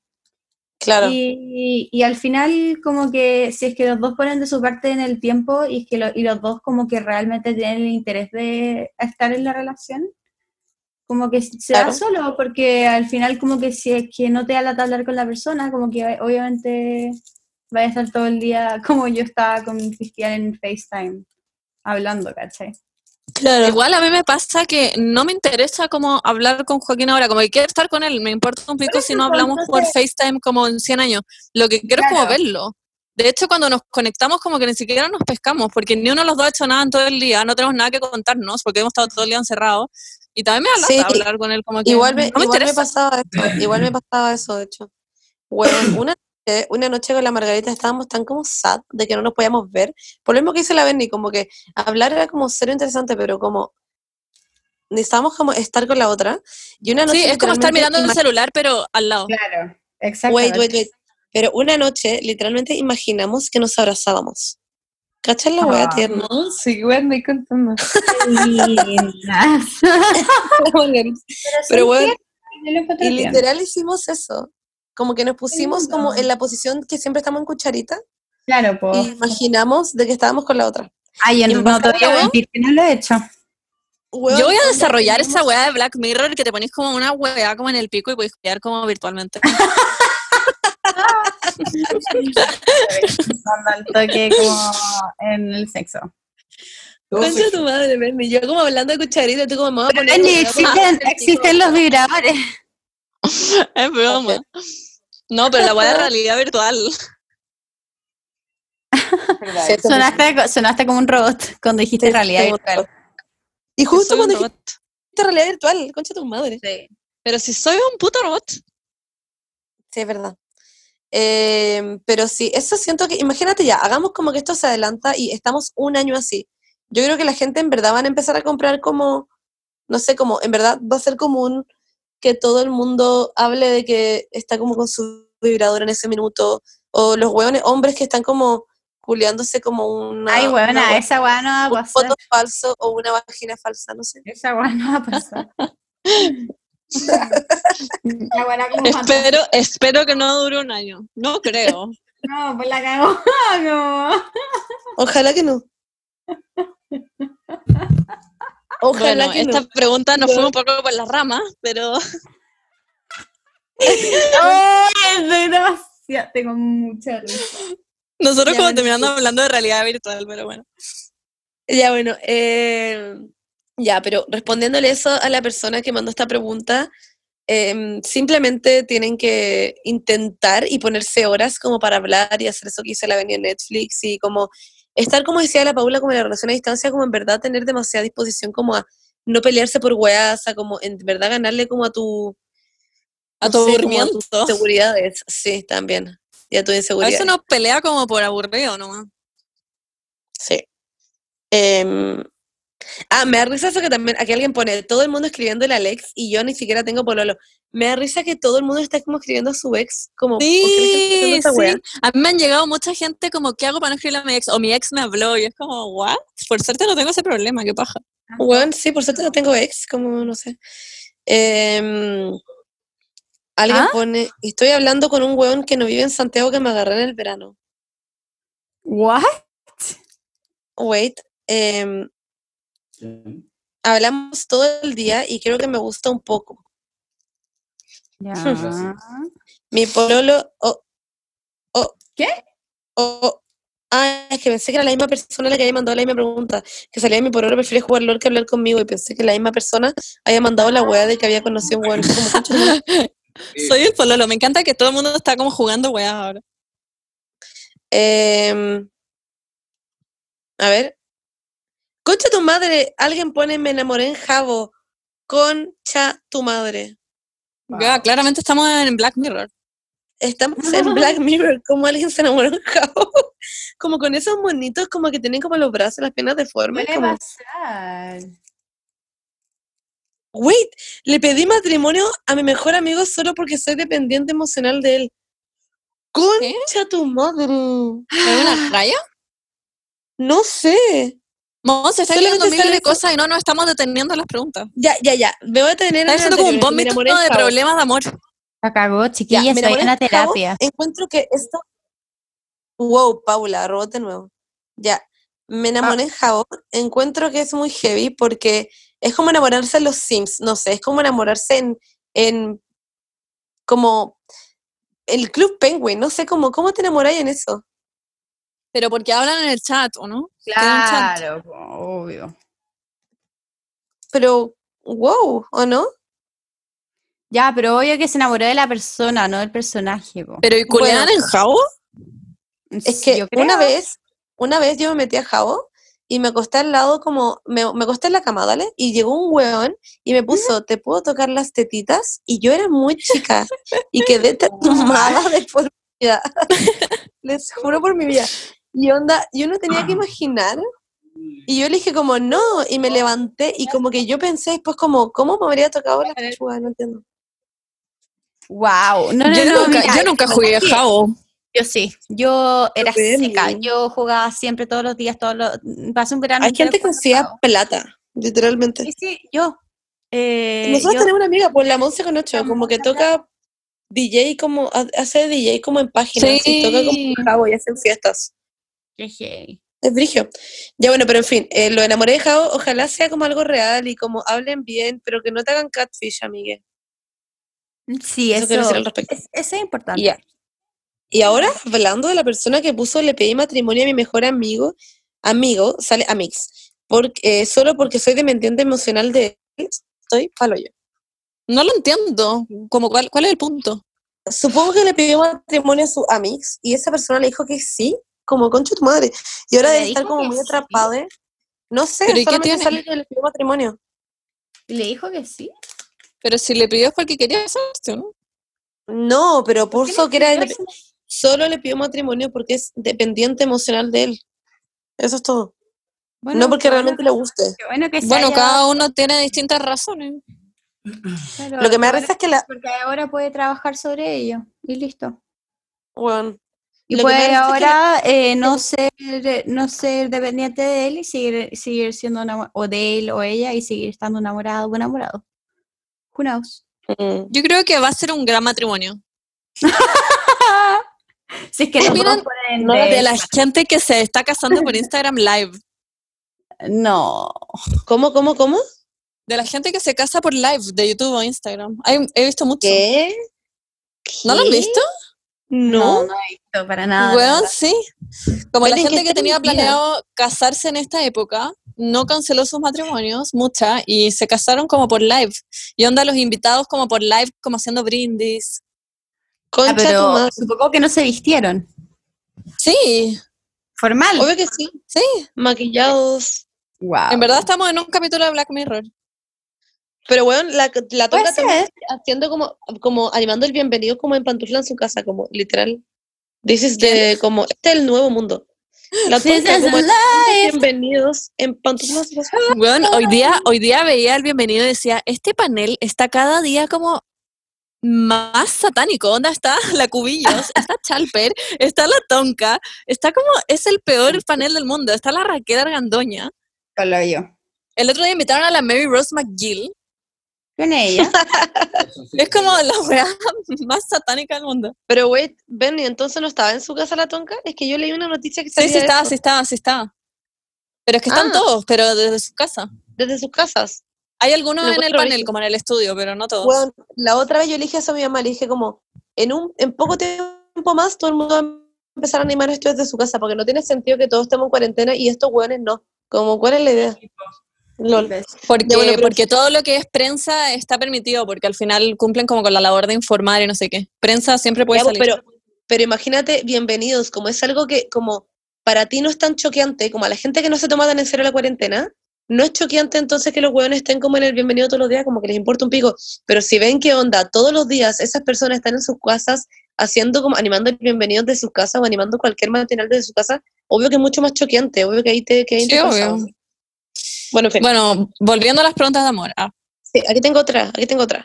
[SPEAKER 1] Claro.
[SPEAKER 2] Y, y al final, como que si es que los dos ponen de su parte en el tiempo y, es que lo- y los dos como que realmente tienen el interés de estar en la relación, como que se
[SPEAKER 1] Claro.
[SPEAKER 2] da solo, porque al final como que si es que no te da lata hablar con la persona, como que obviamente vaya a estar todo el día (laughs) como yo estaba con Cristian en FaceTime hablando, ¿cachai?
[SPEAKER 1] Claro.
[SPEAKER 3] Igual a mí me pasa que no me interesa como hablar con Joaquín ahora, como que quiero estar con él, me importa un pico si no
[SPEAKER 2] pues,
[SPEAKER 3] hablamos por FaceTime como en 100 años. Lo que quiero es como
[SPEAKER 2] Claro.
[SPEAKER 3] verlo. De hecho, cuando nos conectamos como que ni siquiera nos pescamos, porque ni uno de los dos ha hecho nada en todo el día, no tenemos nada que contarnos, porque hemos estado todo el día encerrados. Y también me
[SPEAKER 1] Sí,
[SPEAKER 3] da lata hablar con él como que
[SPEAKER 1] Igual me,
[SPEAKER 3] no me
[SPEAKER 1] igual me
[SPEAKER 3] interesa.
[SPEAKER 1] pasaba eso, igual me pasaba eso, de hecho.
[SPEAKER 3] (coughs)
[SPEAKER 1] Bueno, una noche, una noche con la Margarita estábamos tan como sad de que no nos podíamos ver. Por lo mismo que hice la Berni, como que hablar era como cero interesante, pero como necesitábamos como estar con la otra. Y una
[SPEAKER 3] Sí,
[SPEAKER 1] noche
[SPEAKER 3] es como estar
[SPEAKER 1] literalmente
[SPEAKER 3] mirando el
[SPEAKER 1] ima-
[SPEAKER 3] celular, pero al lado.
[SPEAKER 2] Claro,
[SPEAKER 1] Wait,
[SPEAKER 2] (laughs)
[SPEAKER 1] wait, wait. Pero una noche literalmente imaginamos que nos abrazábamos. ¿Cachai la wea
[SPEAKER 2] Ah.
[SPEAKER 1] tierna?
[SPEAKER 4] Sí, bueno, me contando.
[SPEAKER 1] Pero bueno,
[SPEAKER 2] yo lo encuentro
[SPEAKER 1] Y
[SPEAKER 2] tierno.
[SPEAKER 1] literal hicimos eso. Como que nos pusimos como en la posición que siempre estamos en cucharita
[SPEAKER 2] Claro, pues.
[SPEAKER 1] y imaginamos de que estábamos con la otra.
[SPEAKER 2] Ay, yo
[SPEAKER 1] Y
[SPEAKER 2] no,
[SPEAKER 1] me
[SPEAKER 2] no te voy a
[SPEAKER 3] pasaba-
[SPEAKER 2] mentir que no lo he (laughs) hecho.
[SPEAKER 1] Weón,
[SPEAKER 3] Yo voy a
[SPEAKER 1] onda,
[SPEAKER 3] desarrollar esa
[SPEAKER 1] teníamos-
[SPEAKER 3] weá de Black Mirror que te pones como una weá como en el pico y puedes cuidar como virtualmente.
[SPEAKER 2] Cuando el toque como en el sexo.
[SPEAKER 1] Concha de tu madre, Bernie. Yo como hablando de cucharita, tú como me voy a poner.
[SPEAKER 2] Ni
[SPEAKER 1] weón,
[SPEAKER 2] existen, existen los vibradores.
[SPEAKER 3] (laughs) Es broma. No, pero la (laughs) weá de realidad virtual.
[SPEAKER 1] Sí, esto es-
[SPEAKER 2] Sonaste, co- sonaste como un robot cuando dijiste
[SPEAKER 1] sí,
[SPEAKER 2] realidad
[SPEAKER 1] sí,
[SPEAKER 2] virtual.
[SPEAKER 1] Y
[SPEAKER 3] que
[SPEAKER 1] justo
[SPEAKER 3] soy un
[SPEAKER 1] cuando
[SPEAKER 3] robot.
[SPEAKER 1] dijiste realidad virtual, concha de tu madre.
[SPEAKER 3] Pero si soy un puto (laughs) robot.
[SPEAKER 1] Sí, es verdad. Eh, pero sí, eso siento que, imagínate ya, hagamos como que esto se adelanta y estamos un año así. Yo creo que la gente en verdad van a empezar a comprar como, no sé, como, en verdad va a ser común que todo el mundo hable de que está como con su vibrador en ese minuto, o los hueones, hombres que están como culeándose como una,
[SPEAKER 2] Ay,
[SPEAKER 1] una
[SPEAKER 2] huevona,
[SPEAKER 1] hue-
[SPEAKER 2] esa weá no va a
[SPEAKER 1] un
[SPEAKER 2] pasar.
[SPEAKER 1] foto falso o una vagina falsa, no sé.
[SPEAKER 2] Esa weá no va a pasar. La weá como
[SPEAKER 3] Espero, espero que no dure un año. No (laughs) creo.
[SPEAKER 2] No, pues la cagó. (laughs) No.
[SPEAKER 1] Ojalá que
[SPEAKER 2] (laughs)
[SPEAKER 1] no. Ojalá
[SPEAKER 3] bueno,
[SPEAKER 1] que no.
[SPEAKER 3] esta pregunta nos fue un poco por las ramas, pero
[SPEAKER 2] Estoy demasiado, tengo mucha risa.
[SPEAKER 3] nosotros
[SPEAKER 1] Ya,
[SPEAKER 3] como
[SPEAKER 1] bueno,
[SPEAKER 3] terminando
[SPEAKER 1] sí.
[SPEAKER 3] hablando de realidad virtual, pero bueno.
[SPEAKER 1] Ya, bueno, eh, ya, pero respondiéndole eso a la persona que mandó esta pregunta, em, simplemente tienen que intentar y ponerse horas como para hablar y hacer eso que hice la venía en Netflix y como estar, como decía la Paula, como en la relación a distancia, como en verdad tener demasiada disposición como a no pelearse por weas, a como en verdad ganarle como a tu,
[SPEAKER 3] A
[SPEAKER 1] no
[SPEAKER 3] tu
[SPEAKER 1] sé, como a
[SPEAKER 3] aburrimiento.
[SPEAKER 1] tus seguridades, sí, también, y a tu
[SPEAKER 3] A
[SPEAKER 1] inseguridad.
[SPEAKER 3] veces nos pelea como por aburrido nomás.
[SPEAKER 1] Sí. Em, ah, me da risa eso que también, aquí alguien pone, todo el mundo escribiendo el Alex y yo ni siquiera tengo pololo. me da risa que todo el mundo está como escribiendo a su ex, como, ¿por qué le estás haciendo
[SPEAKER 3] Sí,
[SPEAKER 1] esta wea?
[SPEAKER 3] sí. A mí me han llegado mucha gente como, ¿qué hago para no escribirle a mi ex? O mi ex me habló y es como, ¿what? Por suerte no tengo ese problema, qué paja.
[SPEAKER 1] Weón, sí, por suerte no tengo ex, como no sé. Em, alguien
[SPEAKER 3] ¿Ah?
[SPEAKER 1] pone, estoy hablando con un weón que no vive en Santiago que me agarré en el verano.
[SPEAKER 2] ¿What?
[SPEAKER 1] Wait, em,
[SPEAKER 5] ¿Quién?
[SPEAKER 1] hablamos todo el día y creo que me gusta un poco.
[SPEAKER 2] Ya.
[SPEAKER 1] Mi pololo, oh, oh,
[SPEAKER 2] ¿Qué?
[SPEAKER 1] Oh, oh. Ah, es que pensé que era la misma persona la que había mandado la misma pregunta, que salía de mi pololo, prefiere jugar LOL que hablar conmigo y pensé que la misma persona había mandado la weá de que había conocido un weón. Como, "Concha tu madre".
[SPEAKER 3] Soy el pololo, me encanta que todo el mundo está como jugando weas ahora.
[SPEAKER 1] Em, a ver. Concha tu madre. Alguien pone me enamoré en Javo. Concha tu madre.
[SPEAKER 3] Ya, claramente estamos en Black Mirror.
[SPEAKER 1] Estamos en Black Mirror. ¿Cómo alguien se enamoró en Javo? (laughs) como con esos monitos como que tienen como los brazos, las piernas deformes.
[SPEAKER 2] Puede
[SPEAKER 1] Como,
[SPEAKER 2] pasar.
[SPEAKER 1] Wait, le pedí matrimonio a mi mejor amigo solo porque soy dependiente emocional de él. Concha tu madre.
[SPEAKER 3] ¿Es
[SPEAKER 2] Ah.
[SPEAKER 3] una raya?
[SPEAKER 1] No sé.
[SPEAKER 3] Monse, se está leyendo
[SPEAKER 1] Solamente
[SPEAKER 3] miles
[SPEAKER 1] sale
[SPEAKER 3] de
[SPEAKER 1] eso.
[SPEAKER 3] cosas y no nos estamos deteniendo en las preguntas.
[SPEAKER 1] Ya, ya, ya. Me voy a tener
[SPEAKER 3] Está siendo como un vómito de problemas de amor.
[SPEAKER 2] La cagó, chiquillas,
[SPEAKER 1] mira,
[SPEAKER 2] vayan a
[SPEAKER 1] por el cabo,
[SPEAKER 2] terapia.
[SPEAKER 1] encuentro que esto. Wow, Paula, robó de nuevo. Ya. Me
[SPEAKER 3] Ah.
[SPEAKER 1] enamoré en Jabo. Encuentro que es muy heavy porque es como enamorarse en los Sims. No sé, es como enamorarse en. en como. El Club Penguin. No sé cómo. ¿Cómo te enamoráis en eso?
[SPEAKER 3] Pero porque hablan en el chat, ¿o no?
[SPEAKER 2] Claro, obvio.
[SPEAKER 1] Pero. Wow, ¿o no?
[SPEAKER 2] Ya, pero obvio que se enamoró de la persona, no del personaje. po.
[SPEAKER 3] Pero ¿y culean en Jao?
[SPEAKER 1] Es que
[SPEAKER 2] Yo
[SPEAKER 1] una
[SPEAKER 2] creo.
[SPEAKER 1] vez, una vez yo me metí a Jabo y me acosté al lado como, me, me acosté en la cama, ¿vale? Y llegó un weón y me puso, ¿te puedo tocar las tetitas? Y yo era muy chica y
[SPEAKER 2] (laughs)
[SPEAKER 1] quedé traumada de por vida. Les juro por mi vida. Y onda, yo no tenía
[SPEAKER 2] (gasps)
[SPEAKER 1] que imaginar. Y yo le dije como, no, y me levanté y como que yo pensé después como, ¿cómo me habría tocado la cachuga? No entiendo.
[SPEAKER 2] Wow. No, no,
[SPEAKER 3] yo,
[SPEAKER 2] no,
[SPEAKER 3] nunca,
[SPEAKER 2] mira,
[SPEAKER 3] yo nunca jugué a
[SPEAKER 2] que-
[SPEAKER 3] Jao.
[SPEAKER 2] Yo sí, yo era
[SPEAKER 1] Depende.
[SPEAKER 2] seca, yo jugaba siempre todos los días, todos los, pasé un verano.
[SPEAKER 1] Hay
[SPEAKER 2] entero
[SPEAKER 1] gente que
[SPEAKER 2] jugando
[SPEAKER 1] hacía
[SPEAKER 2] Jao.
[SPEAKER 1] plata, literalmente.
[SPEAKER 2] Sí, sí, yo. Eh,
[SPEAKER 1] Nosotros
[SPEAKER 2] yo- Ah,
[SPEAKER 1] tenemos una amiga, por la Monse con ocho,
[SPEAKER 2] La
[SPEAKER 1] como que
[SPEAKER 2] Monse
[SPEAKER 1] toca DJ, como ha- hace DJ como en páginas y toca
[SPEAKER 3] Sí.
[SPEAKER 1] como Javo y hacen fiestas.
[SPEAKER 2] Qué heavy.
[SPEAKER 1] Es brigio. Ya bueno, pero en fin, eh, lo enamoré de Javo, ojalá sea como algo real y como hablen bien, pero que no te hagan catfish, amigue.
[SPEAKER 2] Sí,
[SPEAKER 1] Eso
[SPEAKER 2] eso,
[SPEAKER 1] quiero decir al respecto.
[SPEAKER 2] es- eso es importante.
[SPEAKER 1] Y ya. Y ahora, hablando de la persona que puso le pedí matrimonio a mi mejor amigo, amigo, sale Amix, porque, eh, solo porque soy dependiente emocional de él, estoy palo yo.
[SPEAKER 3] No lo entiendo. Como, ¿cuál, ¿Cuál es el punto?
[SPEAKER 1] supongo que le pidió matrimonio a su amix y esa persona le dijo que sí, como concha tu madre. Y ahora
[SPEAKER 2] ¿Le
[SPEAKER 1] debe estar
[SPEAKER 2] dijo
[SPEAKER 1] como
[SPEAKER 2] que
[SPEAKER 1] muy
[SPEAKER 2] sí?
[SPEAKER 1] atrapada. ¿eh? No sé,
[SPEAKER 3] ¿Pero y qué
[SPEAKER 1] solamente
[SPEAKER 3] tiene?
[SPEAKER 1] sale que le pidió matrimonio.
[SPEAKER 2] ¿Le dijo que sí?
[SPEAKER 3] Pero si le pidió es porque quería hacerte, ¿no?
[SPEAKER 1] No, pero
[SPEAKER 2] ¿Por qué
[SPEAKER 1] puso
[SPEAKER 2] le
[SPEAKER 1] que era
[SPEAKER 2] pidió
[SPEAKER 1] indep-
[SPEAKER 2] eso?
[SPEAKER 1] solo le pidió matrimonio porque es dependiente emocional de él. Eso es todo.
[SPEAKER 2] Bueno,
[SPEAKER 1] no porque
[SPEAKER 2] qué bueno-
[SPEAKER 1] realmente le guste.
[SPEAKER 2] qué bueno que se
[SPEAKER 3] Bueno,
[SPEAKER 2] haya-
[SPEAKER 3] cada uno tiene distintas razones.
[SPEAKER 2] claro,
[SPEAKER 1] Lo que me
[SPEAKER 2] qué bueno
[SPEAKER 1] arriesga es que la.
[SPEAKER 2] Porque ahora puede trabajar sobre ello y listo.
[SPEAKER 1] Bueno,
[SPEAKER 2] Y
[SPEAKER 1] Lo que me
[SPEAKER 2] puede
[SPEAKER 1] parece es que la-
[SPEAKER 2] ahora eh, no, ser, eh, no ser dependiente de él y seguir, seguir siendo enamorado, o de él o ella, y seguir estando enamorado o enamorado. Who knows?
[SPEAKER 1] mm,
[SPEAKER 3] Yo creo que va a ser un gran matrimonio.
[SPEAKER 2] Si es que
[SPEAKER 3] ¿Qué
[SPEAKER 2] los dos
[SPEAKER 3] opinan?
[SPEAKER 2] pueden
[SPEAKER 3] No,
[SPEAKER 2] de-
[SPEAKER 3] de la gente que se está casando por Instagram Live.
[SPEAKER 2] No.
[SPEAKER 1] ¿Cómo, cómo, cómo?
[SPEAKER 3] De la gente que se casa por live de YouTube o Instagram. Hay- he visto mucho.
[SPEAKER 1] ¿Qué?
[SPEAKER 3] ¿No lo han
[SPEAKER 1] ¿Qué?
[SPEAKER 3] visto?
[SPEAKER 1] No.
[SPEAKER 2] he visto para nada.
[SPEAKER 3] Weón, sí. Como la
[SPEAKER 1] Ven, ¿en qué
[SPEAKER 3] gente que
[SPEAKER 1] está
[SPEAKER 3] tenía
[SPEAKER 1] metida?
[SPEAKER 3] planeado casarse en esta época, no canceló sus matrimonios, mucha, y se casaron como por live. Y onda los invitados como por live, como haciendo brindis.
[SPEAKER 1] Concha tu
[SPEAKER 2] Ah, pero
[SPEAKER 1] madre.
[SPEAKER 2] supongo que no se vistieron.
[SPEAKER 3] Sí,
[SPEAKER 2] Formal.
[SPEAKER 1] Obvio que sí.
[SPEAKER 3] sí.
[SPEAKER 1] Maquillados.
[SPEAKER 2] Wow.
[SPEAKER 3] En verdad estamos en un capítulo de Black Mirror.
[SPEAKER 1] Pero weón, la, la
[SPEAKER 2] Puede
[SPEAKER 1] toca también
[SPEAKER 2] ser.
[SPEAKER 1] haciendo como, como animando el bienvenido como en pantufla en su casa, como literal. This is the, como, este es el nuevo mundo. La
[SPEAKER 2] This
[SPEAKER 1] toca
[SPEAKER 2] is
[SPEAKER 1] como haciendo
[SPEAKER 2] life.
[SPEAKER 1] bienvenidos en pantufla en su casa.
[SPEAKER 3] Weón, hoy día, hoy día veía el bienvenido y decía, este panel está cada día como más satánico. Onda está (laughs) la Cubillos, está Chalper, está la Tonka, está como, es el peor panel del mundo, está la Raquel Argandoña.
[SPEAKER 2] Con lo yo.
[SPEAKER 3] El otro día invitaron a la Mary Rose McGill.
[SPEAKER 2] Con ella.
[SPEAKER 5] Eh,
[SPEAKER 3] (laughs) Es como la weá (laughs) más satánica del mundo.
[SPEAKER 1] Pero wait, Benny, entonces no estaba en su casa la tonca. Es que yo leí una noticia que
[SPEAKER 3] Sí, sí
[SPEAKER 1] salía
[SPEAKER 3] está,
[SPEAKER 1] eso,
[SPEAKER 3] sí está, sí está. Pero es que están
[SPEAKER 1] Ah.
[SPEAKER 3] todos, pero desde su casa.
[SPEAKER 1] desde sus casas.
[SPEAKER 3] Hay algunos
[SPEAKER 1] Lo
[SPEAKER 3] en el
[SPEAKER 1] encuentro
[SPEAKER 3] panel,
[SPEAKER 1] brígido.
[SPEAKER 3] como en el estudio, pero no todos.
[SPEAKER 1] Weón, la otra vez yo le dije eso a mi mamá, le dije como, en un, en poco tiempo más todo el mundo va a empezar a animar esto desde su casa, porque no tiene sentido que todos estemos en cuarentena y estos weones no. Como, ¿cuál es la idea? LOL.
[SPEAKER 3] Porque,
[SPEAKER 1] Ya, bueno, pero-
[SPEAKER 3] porque todo lo que es prensa está permitido, porque al final cumplen como con la labor de informar y no sé qué. Prensa siempre puede
[SPEAKER 1] Ya, pues,
[SPEAKER 3] salir.
[SPEAKER 1] pero, pero imagínate, bienvenidos, como es algo que como para ti no es tan choqueante, como a la gente que no se toma tan en serio la cuarentena, no es choqueante entonces que los hueones estén como en el bienvenido todos los días, como que les importa un pico, pero si ven qué onda, todos los días esas personas están en sus casas haciendo como animando el bienvenido de sus casas o animando cualquier matinal de su casa, obvio que es mucho más choqueante, obvio que ahí te que ahí
[SPEAKER 3] Sí,
[SPEAKER 1] te pasa.
[SPEAKER 3] obvio.
[SPEAKER 1] Bueno, en fin.
[SPEAKER 3] Bueno, volviendo a las preguntas de amor. Ah,
[SPEAKER 1] Sí, aquí tengo otra, aquí tengo otra.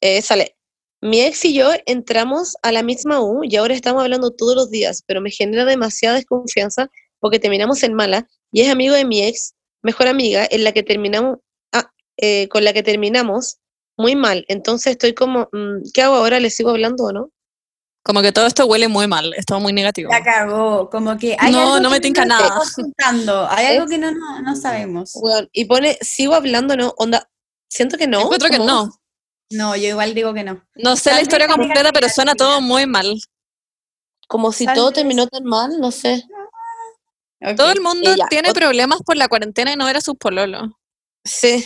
[SPEAKER 1] Eh, sale. Mi ex y yo entramos a la misma U y ahora estamos hablando todos los días, pero me genera demasiada desconfianza porque terminamos en mala y es amigo de mi ex, mejor amiga, en la que terminamos, ah, eh, con la que terminamos muy mal. Entonces estoy como, mm, ¿qué hago ahora? ¿Le sigo hablando o no?
[SPEAKER 3] como que todo esto huele muy mal, es todo muy negativo.
[SPEAKER 2] La cagó, como que hay
[SPEAKER 3] No,
[SPEAKER 2] algo
[SPEAKER 3] no
[SPEAKER 2] que
[SPEAKER 3] me tinca
[SPEAKER 2] nos
[SPEAKER 3] nada.
[SPEAKER 2] estamos juntando, hay algo que no, no, no sabemos.
[SPEAKER 1] Weón, y pone, ¿sigo hablando o no? Onda, siento que no.
[SPEAKER 3] Encuentro que
[SPEAKER 1] como-
[SPEAKER 3] no.
[SPEAKER 2] No, yo igual digo que no.
[SPEAKER 3] No sé la
[SPEAKER 2] Tal
[SPEAKER 3] historia
[SPEAKER 2] vez la
[SPEAKER 3] completa, pero
[SPEAKER 2] negatividad
[SPEAKER 3] suena todo muy mal.
[SPEAKER 1] Como si
[SPEAKER 2] Tal
[SPEAKER 1] todo
[SPEAKER 2] vez.
[SPEAKER 1] terminó tan mal, no sé.
[SPEAKER 2] Ok.
[SPEAKER 3] Todo el mundo
[SPEAKER 1] ya,
[SPEAKER 3] tiene
[SPEAKER 1] ot-
[SPEAKER 3] problemas por la cuarentena y no ver a sus pololos.
[SPEAKER 1] Sí.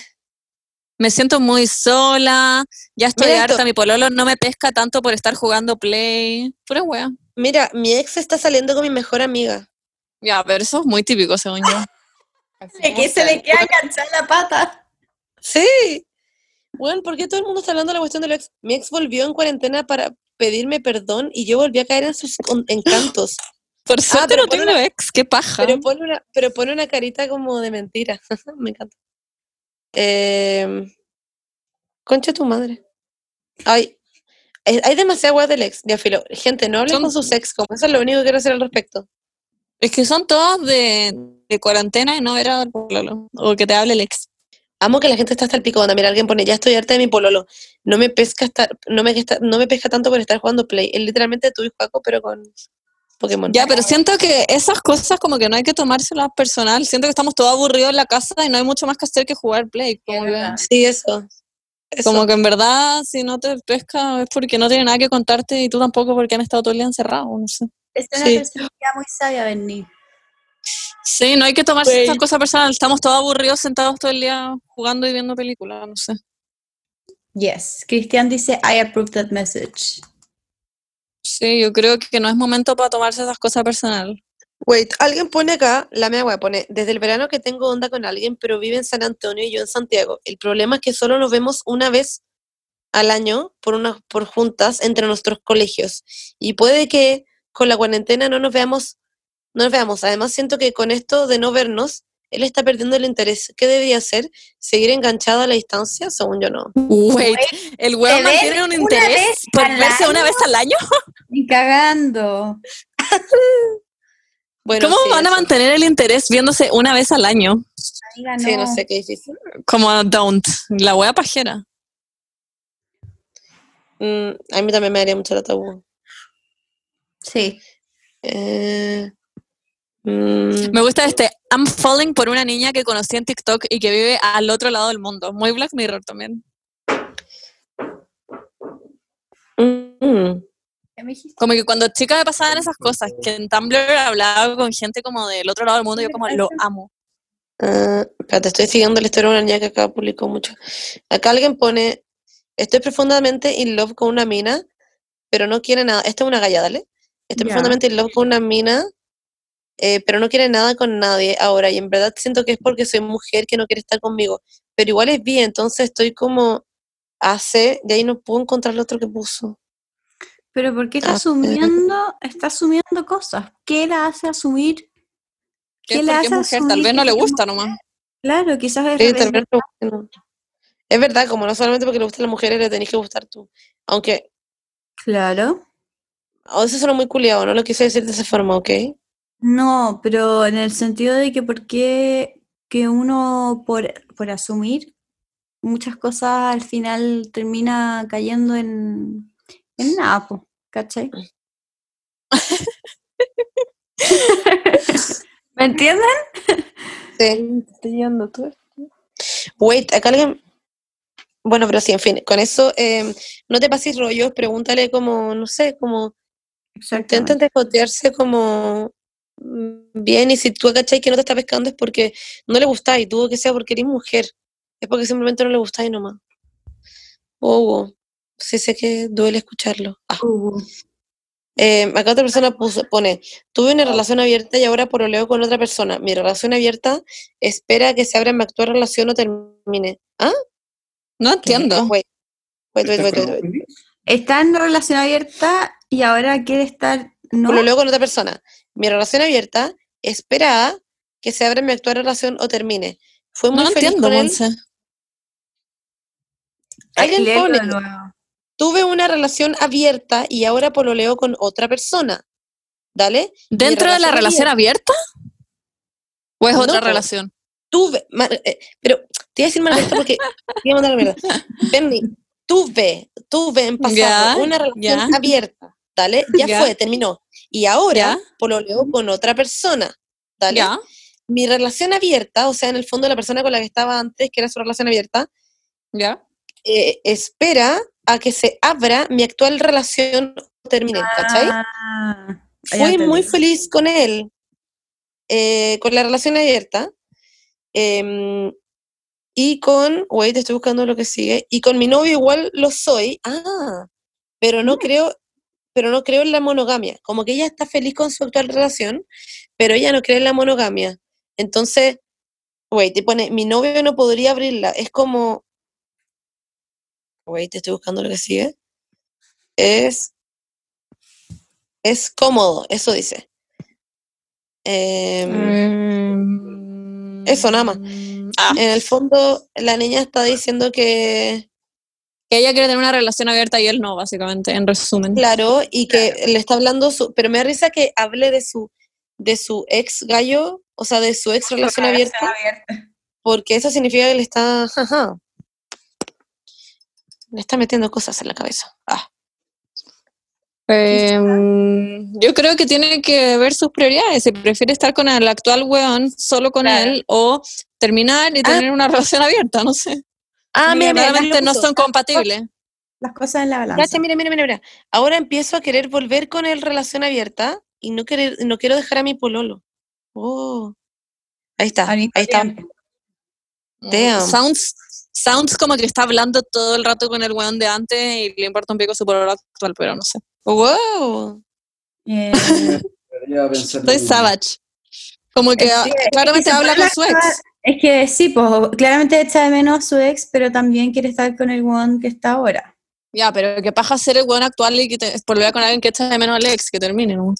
[SPEAKER 3] Me siento muy sola, ya estoy
[SPEAKER 1] Mira esto.
[SPEAKER 3] harta, mi pololo no me pesca tanto por estar jugando play. Pura wea.
[SPEAKER 1] Mira, mi ex está saliendo con mi mejor amiga.
[SPEAKER 3] Ya, pero eso es muy típico, según yo.
[SPEAKER 1] (laughs)
[SPEAKER 2] De que se le queda enganchada la pata.
[SPEAKER 1] Sí. Bueno, ¿por qué todo el mundo está hablando de la cuestión del ex? Mi ex volvió en cuarentena para pedirme perdón y yo volví a caer en sus con- encantos.
[SPEAKER 3] Por suerte
[SPEAKER 1] Ah, pero
[SPEAKER 3] no
[SPEAKER 1] por
[SPEAKER 3] tengo ex, qué paja.
[SPEAKER 1] Pero pone una, pero pone una carita como de mentira. (laughs) Me encanta. Em, concha tu madre. Ay, eh, hay demasiada weá del ex, ya filo. Gente, no hablen
[SPEAKER 3] Son-
[SPEAKER 1] con sus ex, como eso es lo único que quiero hacer al respecto.
[SPEAKER 3] Es que son todas de, de cuarentena y no ver al pololo. O que te hable el ex.
[SPEAKER 1] Amo que la gente está hasta el pico. Onda, mira, alguien pone, ya estoy harta de mi pololo. No me pesca estar, no me, está- no me pesca tanto por estar jugando Play. Es literalmente tu hijo, Jaco, pero con Pokémon.
[SPEAKER 3] Ya, pues, pero siento que esas cosas como que no hay que tomárselas personal. Siento que estamos todos aburridos en la casa y no hay mucho más que hacer que jugar play. Como, que,
[SPEAKER 1] Sí, eso. Eso.
[SPEAKER 3] como que en verdad si no te pesca es porque no tiene nada que contarte y tú tampoco porque han estado todo el día encerrados. No sé.
[SPEAKER 2] Es una
[SPEAKER 1] Sí.
[SPEAKER 2] perspectiva muy sabia, Benny.
[SPEAKER 3] Sí, no hay que tomarse
[SPEAKER 1] Güey.
[SPEAKER 3] estas cosas personal. Estamos todos aburridos sentados todo el día jugando y viendo películas, no sé.
[SPEAKER 2] Yes. Cristian dice, I approve that message.
[SPEAKER 3] Sí, yo creo que no es momento para tomarse esas cosas personal.
[SPEAKER 1] Wait, alguien pone acá, la mea wea pone, desde el verano que tengo onda con alguien, pero vive en San Antonio y yo en Santiago. El problema es que solo nos vemos una vez al año por unas por juntas entre nuestros colegios. Y puede que con la cuarentena no nos veamos, no nos veamos. Además, siento que con esto de no vernos, él está perdiendo el interés. ¿Qué debería hacer? ¿Seguir enganchado a la distancia? Según yo no.
[SPEAKER 3] Wait, el
[SPEAKER 2] ¿te
[SPEAKER 3] weón
[SPEAKER 2] ven
[SPEAKER 3] mantiene un
[SPEAKER 2] una
[SPEAKER 3] interés
[SPEAKER 2] vez
[SPEAKER 3] por
[SPEAKER 2] al
[SPEAKER 3] verse una
[SPEAKER 2] año?
[SPEAKER 3] vez al año.
[SPEAKER 2] Ni cagando.
[SPEAKER 1] Bueno,
[SPEAKER 3] ¿Cómo
[SPEAKER 1] sí,
[SPEAKER 3] van a
[SPEAKER 1] eso.
[SPEAKER 3] mantener el interés viéndose una vez al año?
[SPEAKER 2] Amiga,
[SPEAKER 1] Sí, no sé qué difícil.
[SPEAKER 3] Como don't, la wea pajera.
[SPEAKER 1] Mm, a mí también me haría mucho la tabú.
[SPEAKER 2] Sí.
[SPEAKER 1] Eh, mm,
[SPEAKER 3] Me gusta este I'm falling por una niña que conocí en TikTok y que vive al otro lado del mundo. Muy Black Mirror también.
[SPEAKER 1] mm, mm.
[SPEAKER 2] ¿Qué me dijiste?
[SPEAKER 3] Como que cuando chica me pasaban esas cosas, que en Tumblr hablaba con gente como del otro lado del mundo, yo como lo amo.
[SPEAKER 1] Ah, espérate, estoy siguiendo la historia de una niña que acá publicó mucho. Acá alguien pone, estoy profundamente in love con una mina, pero no quiere nada. Esta es una galla, dale. Estoy
[SPEAKER 2] Ya.
[SPEAKER 1] profundamente in love con una mina, eh, pero no quiere nada con nadie ahora. Y en verdad siento que es porque soy mujer que no quiere estar conmigo. Pero igual es bien, entonces estoy como hace, de ahí no puedo encontrar lo otro que puso.
[SPEAKER 2] Pero ¿por qué
[SPEAKER 1] Ah,
[SPEAKER 3] eh,
[SPEAKER 2] está asumiendo, está asumiendo cosas? ¿Qué la hace asumir? ¿Qué
[SPEAKER 3] Que es
[SPEAKER 2] le hace
[SPEAKER 3] porque es mujer, tal
[SPEAKER 2] asumir
[SPEAKER 3] vez
[SPEAKER 2] que
[SPEAKER 3] no le
[SPEAKER 2] es
[SPEAKER 3] gusta nomás.
[SPEAKER 2] Claro, quizás es
[SPEAKER 1] Sí,
[SPEAKER 2] represent-
[SPEAKER 1] tal vez no- no. Es verdad, como no solamente porque le gustan las mujeres, le tenés que gustar tú. Aunque,
[SPEAKER 2] Claro.
[SPEAKER 1] a veces Oh, suena muy culiado, no lo quise decir de esa forma, ¿ok?
[SPEAKER 2] No, pero en el sentido de que por qué que uno por, por asumir muchas cosas al final termina cayendo en, en nada, po, ¿cachai?
[SPEAKER 1] Mm.
[SPEAKER 2] (laughs) ¿Me entiendes?
[SPEAKER 1] Sí.
[SPEAKER 4] Estoy llevando tú.
[SPEAKER 1] Wait, acá alguien... Bueno, pero sí, en fin, con eso, eh, no te pases rollos, pregúntale como, no sé, como, intentan descotearse como mm, bien y si tú cachai que no te está pescando es porque no le gustáis, tú que sea porque eres mujer, es porque simplemente no le gustáis nomás. Oh, wow. sí sé que duele escucharlo. Ah.
[SPEAKER 2] uh,
[SPEAKER 1] Eh, acá otra persona puso- pone, tuve una relación abierta y ahora poroleo con otra persona. Mi relación abierta espera a que se abra mi actual relación o termine. ¿Ah?
[SPEAKER 3] No entiendo.
[SPEAKER 1] Wait, wait, wait, wait, wait, wait.
[SPEAKER 2] Está en relación abierta y ahora quiere estar. No,
[SPEAKER 1] Pololeo con otra persona. Mi relación abierta espera a que se abra mi actual relación o termine. Fue muy
[SPEAKER 3] No
[SPEAKER 1] feliz
[SPEAKER 3] entiendo,
[SPEAKER 1] con él.
[SPEAKER 3] Monse.
[SPEAKER 2] Ay,
[SPEAKER 1] Alguien
[SPEAKER 2] léelo
[SPEAKER 1] pone,
[SPEAKER 2] de nuevo.
[SPEAKER 1] tuve una relación abierta y ahora pololeo con otra persona. ¿Dale?
[SPEAKER 3] ¿Dentro de la
[SPEAKER 1] relación
[SPEAKER 3] relación abierta? ¿O es
[SPEAKER 1] No,
[SPEAKER 3] otra
[SPEAKER 1] po.
[SPEAKER 3] relación?
[SPEAKER 1] Tuve, Mar- eh, pero te iba a decir
[SPEAKER 3] (laughs)
[SPEAKER 1] mal esto porque te iba a mandar la mierda. Bernie, tuve, tuve en pasado
[SPEAKER 3] Ya,
[SPEAKER 1] una relación
[SPEAKER 3] ya.
[SPEAKER 1] abierta, ¿dale? Ya,
[SPEAKER 3] Ya.
[SPEAKER 1] fue, terminó. Y
[SPEAKER 3] Ya.
[SPEAKER 1] ahora pololeo con otra persona, ¿dale?
[SPEAKER 3] Ya.
[SPEAKER 1] mi relación abierta, o sea, en el fondo la persona con la que estaba antes, que era su relación abierta,
[SPEAKER 3] Ya.
[SPEAKER 1] eh, espera a que se abra mi actual relación o termine, ¿cachai?
[SPEAKER 2] Ah, ya
[SPEAKER 1] Fui muy
[SPEAKER 2] entendí.
[SPEAKER 1] feliz con él, eh, con la relación abierta, em, y con, wait, estoy buscando lo que sigue, y con mi novio igual lo soy, ah, pero no creo, pero no creo en la monogamia, como que ella está feliz con su actual relación, pero ella no cree en la monogamia, entonces, wait, te pone, mi novio no podría abrirla, es como, wait, estoy buscando lo que sigue, es... Es cómodo, eso dice. Em, Eso, nada más.
[SPEAKER 3] Ah,
[SPEAKER 1] En el fondo, la niña está diciendo que,
[SPEAKER 3] que ella quiere tener una relación abierta y él no, básicamente, en resumen.
[SPEAKER 1] claro, y que le está hablando su. Pero me da risa que hable de su, de su ex gallo, o sea, de su ex relación abierta, porque eso significa que le está. ajá, le está metiendo cosas en la cabeza. Ah,
[SPEAKER 3] Em, yo creo que tiene que ver sus prioridades. Si prefiere estar con el actual weón, solo con
[SPEAKER 1] Claro.
[SPEAKER 3] él, o terminar y tener una relación abierta, no sé.
[SPEAKER 1] ah mira, mira, acá lo
[SPEAKER 3] Claramente no
[SPEAKER 1] puso.
[SPEAKER 3] son compatibles.
[SPEAKER 2] Las cosas en la balanza.
[SPEAKER 1] Cacha, mira, mira, mira, mira. Ahora empiezo a querer volver con el relación abierta y no querer, no quiero dejar a mi pololo. Oh. Ahí está,
[SPEAKER 2] Al
[SPEAKER 1] ahí
[SPEAKER 2] mismo
[SPEAKER 1] está.
[SPEAKER 2] tiempo.
[SPEAKER 1] Oh. Damn.
[SPEAKER 3] Sounds, sounds como que está hablando todo el rato con el weón de antes y le importa un pico su polola actual, pero no sé.
[SPEAKER 1] Wow.
[SPEAKER 2] Eh,
[SPEAKER 3] Estoy savage. Como que
[SPEAKER 2] Es
[SPEAKER 3] ah,
[SPEAKER 2] que- es que
[SPEAKER 3] claramente
[SPEAKER 2] se
[SPEAKER 3] habla
[SPEAKER 2] pone
[SPEAKER 3] con
[SPEAKER 2] la
[SPEAKER 3] su ex.
[SPEAKER 2] cara- Es que sí, pues claramente echa de menos a su ex, pero también quiere estar con el one que está ahora.
[SPEAKER 3] Ya, pero que paja ser el weón actual y que te, volver con alguien que echa de menos al ex, que termine. ¿no?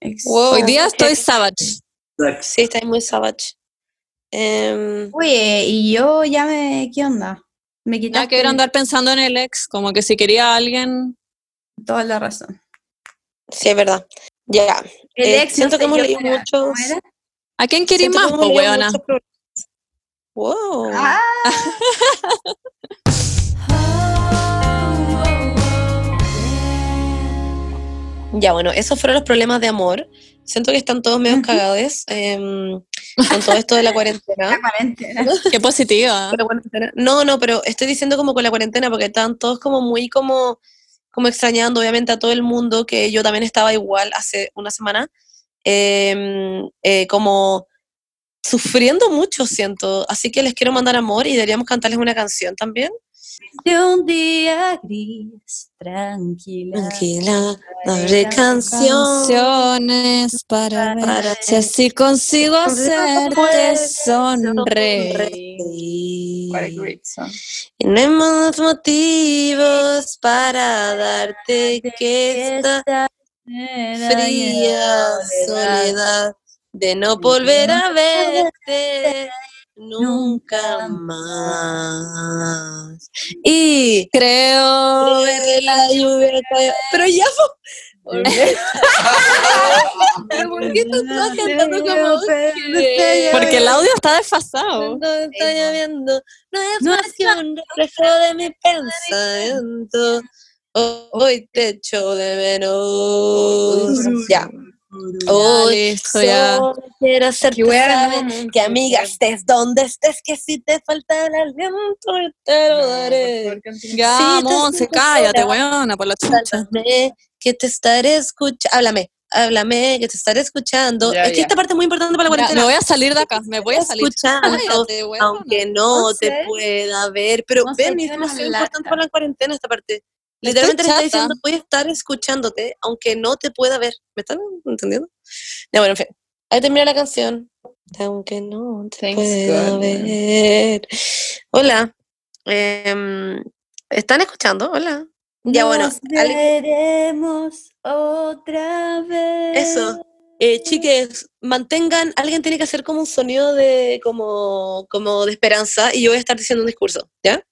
[SPEAKER 2] Ex-
[SPEAKER 3] Hoy día
[SPEAKER 1] Eh,
[SPEAKER 3] estoy savage.
[SPEAKER 1] Sí, está ahí muy savage. Em,
[SPEAKER 2] Oye, y yo ya me. ¿Qué onda? Me
[SPEAKER 3] Ya
[SPEAKER 2] quitaste
[SPEAKER 3] que era andar pensando en el ex, como que si quería a alguien.
[SPEAKER 2] toda la razón.
[SPEAKER 1] sí, es verdad. Ya.
[SPEAKER 2] El
[SPEAKER 1] Eh,
[SPEAKER 2] ex no
[SPEAKER 1] siento
[SPEAKER 2] sé,
[SPEAKER 1] que hemos
[SPEAKER 2] yo
[SPEAKER 1] leído
[SPEAKER 2] fuera, ¿cómo
[SPEAKER 1] muchos.
[SPEAKER 2] era?
[SPEAKER 3] ¿A quién quería
[SPEAKER 1] siento que
[SPEAKER 3] más,
[SPEAKER 1] hemos
[SPEAKER 3] po,
[SPEAKER 1] leído
[SPEAKER 3] weona?
[SPEAKER 1] muchos problemas. Wow.
[SPEAKER 2] Ah,
[SPEAKER 1] Ya, bueno, esos fueron los problemas de amor. Siento que están todos medio
[SPEAKER 2] Ujú.
[SPEAKER 1] cagados em, con todo esto de la cuarentena.
[SPEAKER 2] la cuarentena.
[SPEAKER 3] (laughs) Qué positiva.
[SPEAKER 1] con la cuarentena. No, no, pero estoy diciendo como con la cuarentena, porque estaban todos como muy como, como extrañando, obviamente, a todo el mundo, que yo también estaba igual hace una semana, em, eh, como sufriendo mucho, siento. Así que les quiero mandar amor y deberíamos cantarles una canción también.
[SPEAKER 2] De un día gris, tranquila.
[SPEAKER 1] Tranquila, no
[SPEAKER 2] habré
[SPEAKER 1] habré canción.
[SPEAKER 3] Canciones para ver
[SPEAKER 1] Para
[SPEAKER 3] si así consigo hacerte
[SPEAKER 1] puedes
[SPEAKER 3] sonreír.
[SPEAKER 1] reír. Y no hay más motivos para darte que esta fría soledad de no volver a verte nunca más. Y
[SPEAKER 3] Creo.
[SPEAKER 1] ver la lluvia caer- Pero ya fue. ¿Por qué tú estás cantando como que-
[SPEAKER 3] Porque el audio está desfasado.
[SPEAKER 1] Cuando está lloviendo, no es más que un reflejo de mi pensamiento. Ho- Hoy te echo de menos. Ya.
[SPEAKER 3] Oh,
[SPEAKER 1] Hoy
[SPEAKER 3] listo, ya.
[SPEAKER 1] solo quiero hacerte saber que amiga estés donde estés, que si te falta el aliento te lo daré.
[SPEAKER 3] Ya,
[SPEAKER 1] Sí, te
[SPEAKER 3] Monse,
[SPEAKER 1] siento
[SPEAKER 3] cállate,
[SPEAKER 1] sola.
[SPEAKER 3] weona, por la chucha.
[SPEAKER 1] Sálvame, que te estaré escuchando. Háblame, háblame, que te estaré escuchando.
[SPEAKER 4] Ya,
[SPEAKER 1] es que
[SPEAKER 4] ya.
[SPEAKER 1] esta parte es muy importante para la
[SPEAKER 3] Ya,
[SPEAKER 1] cuarentena.
[SPEAKER 3] me voy a salir de acá, me voy a salir. (laughs)
[SPEAKER 1] escuchando,
[SPEAKER 3] Cállate, weona.
[SPEAKER 1] aunque no te
[SPEAKER 4] Monse.
[SPEAKER 1] pueda ver. Pero
[SPEAKER 4] Monse,
[SPEAKER 1] ven, es
[SPEAKER 4] qué
[SPEAKER 1] demasiado
[SPEAKER 4] mala.
[SPEAKER 1] importante para la cuarentena esta parte. Literalmente le está
[SPEAKER 3] chata.
[SPEAKER 1] diciendo, voy a estar escuchándote, aunque no te pueda ver. ¿Me están entendiendo? Ya, bueno, en fin. Ahí termina la canción. Aunque no te
[SPEAKER 4] Thanks,
[SPEAKER 1] pueda
[SPEAKER 4] God.
[SPEAKER 1] ver. Hola. Em, ¿Están escuchando? Hola. Ya, bueno. al-
[SPEAKER 2] veremos otra vez.
[SPEAKER 1] Eso. Eh, chiques, mantengan, alguien tiene que hacer como un sonido de, como, como de esperanza y yo voy a estar diciendo un discurso, ¿ya?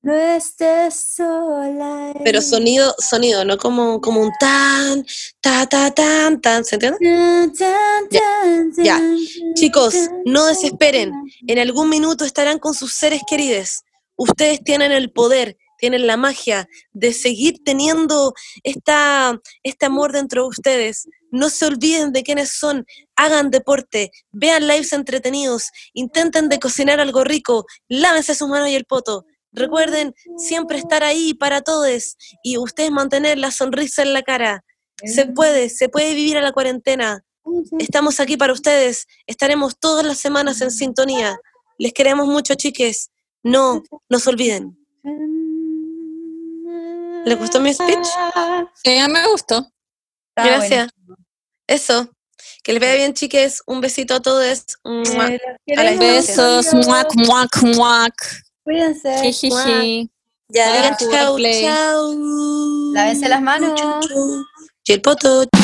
[SPEAKER 2] No estés sola.
[SPEAKER 1] Pero sonido, sonido, no como, como un tan, ta, ta, tan, tan, ¿se entiende? Ya, ya. Chicos, no desesperen. En algún minuto estarán con sus seres queridos. Ustedes tienen el poder, tienen la magia de seguir teniendo esta, este amor dentro de ustedes. No se olviden de quiénes son, hagan deporte, vean lives entretenidos, intenten de cocinar algo rico, lávense sus manos y el poto. Recuerden siempre estar ahí para todos y ustedes mantener la sonrisa en la cara. Se puede, se puede vivir a la cuarentena. Estamos aquí para ustedes. Estaremos todas las semanas en sintonía. Les queremos mucho, chiques. No nos olviden. ¿Les gustó mi speech?
[SPEAKER 2] Ah,
[SPEAKER 3] Sí, ya me gustó.
[SPEAKER 1] Gracias. Eso. Que les vea bien, chiques. Un besito a todos. Mua. A la distancia.
[SPEAKER 3] Besos, muac, muac, muac.
[SPEAKER 2] Cuídense.
[SPEAKER 3] Jijiji.
[SPEAKER 1] Ya, digan
[SPEAKER 3] Bye.
[SPEAKER 1] chau,
[SPEAKER 3] Play.
[SPEAKER 1] chau.
[SPEAKER 2] Lávense las manos.
[SPEAKER 1] Chau, chau. Y el poto.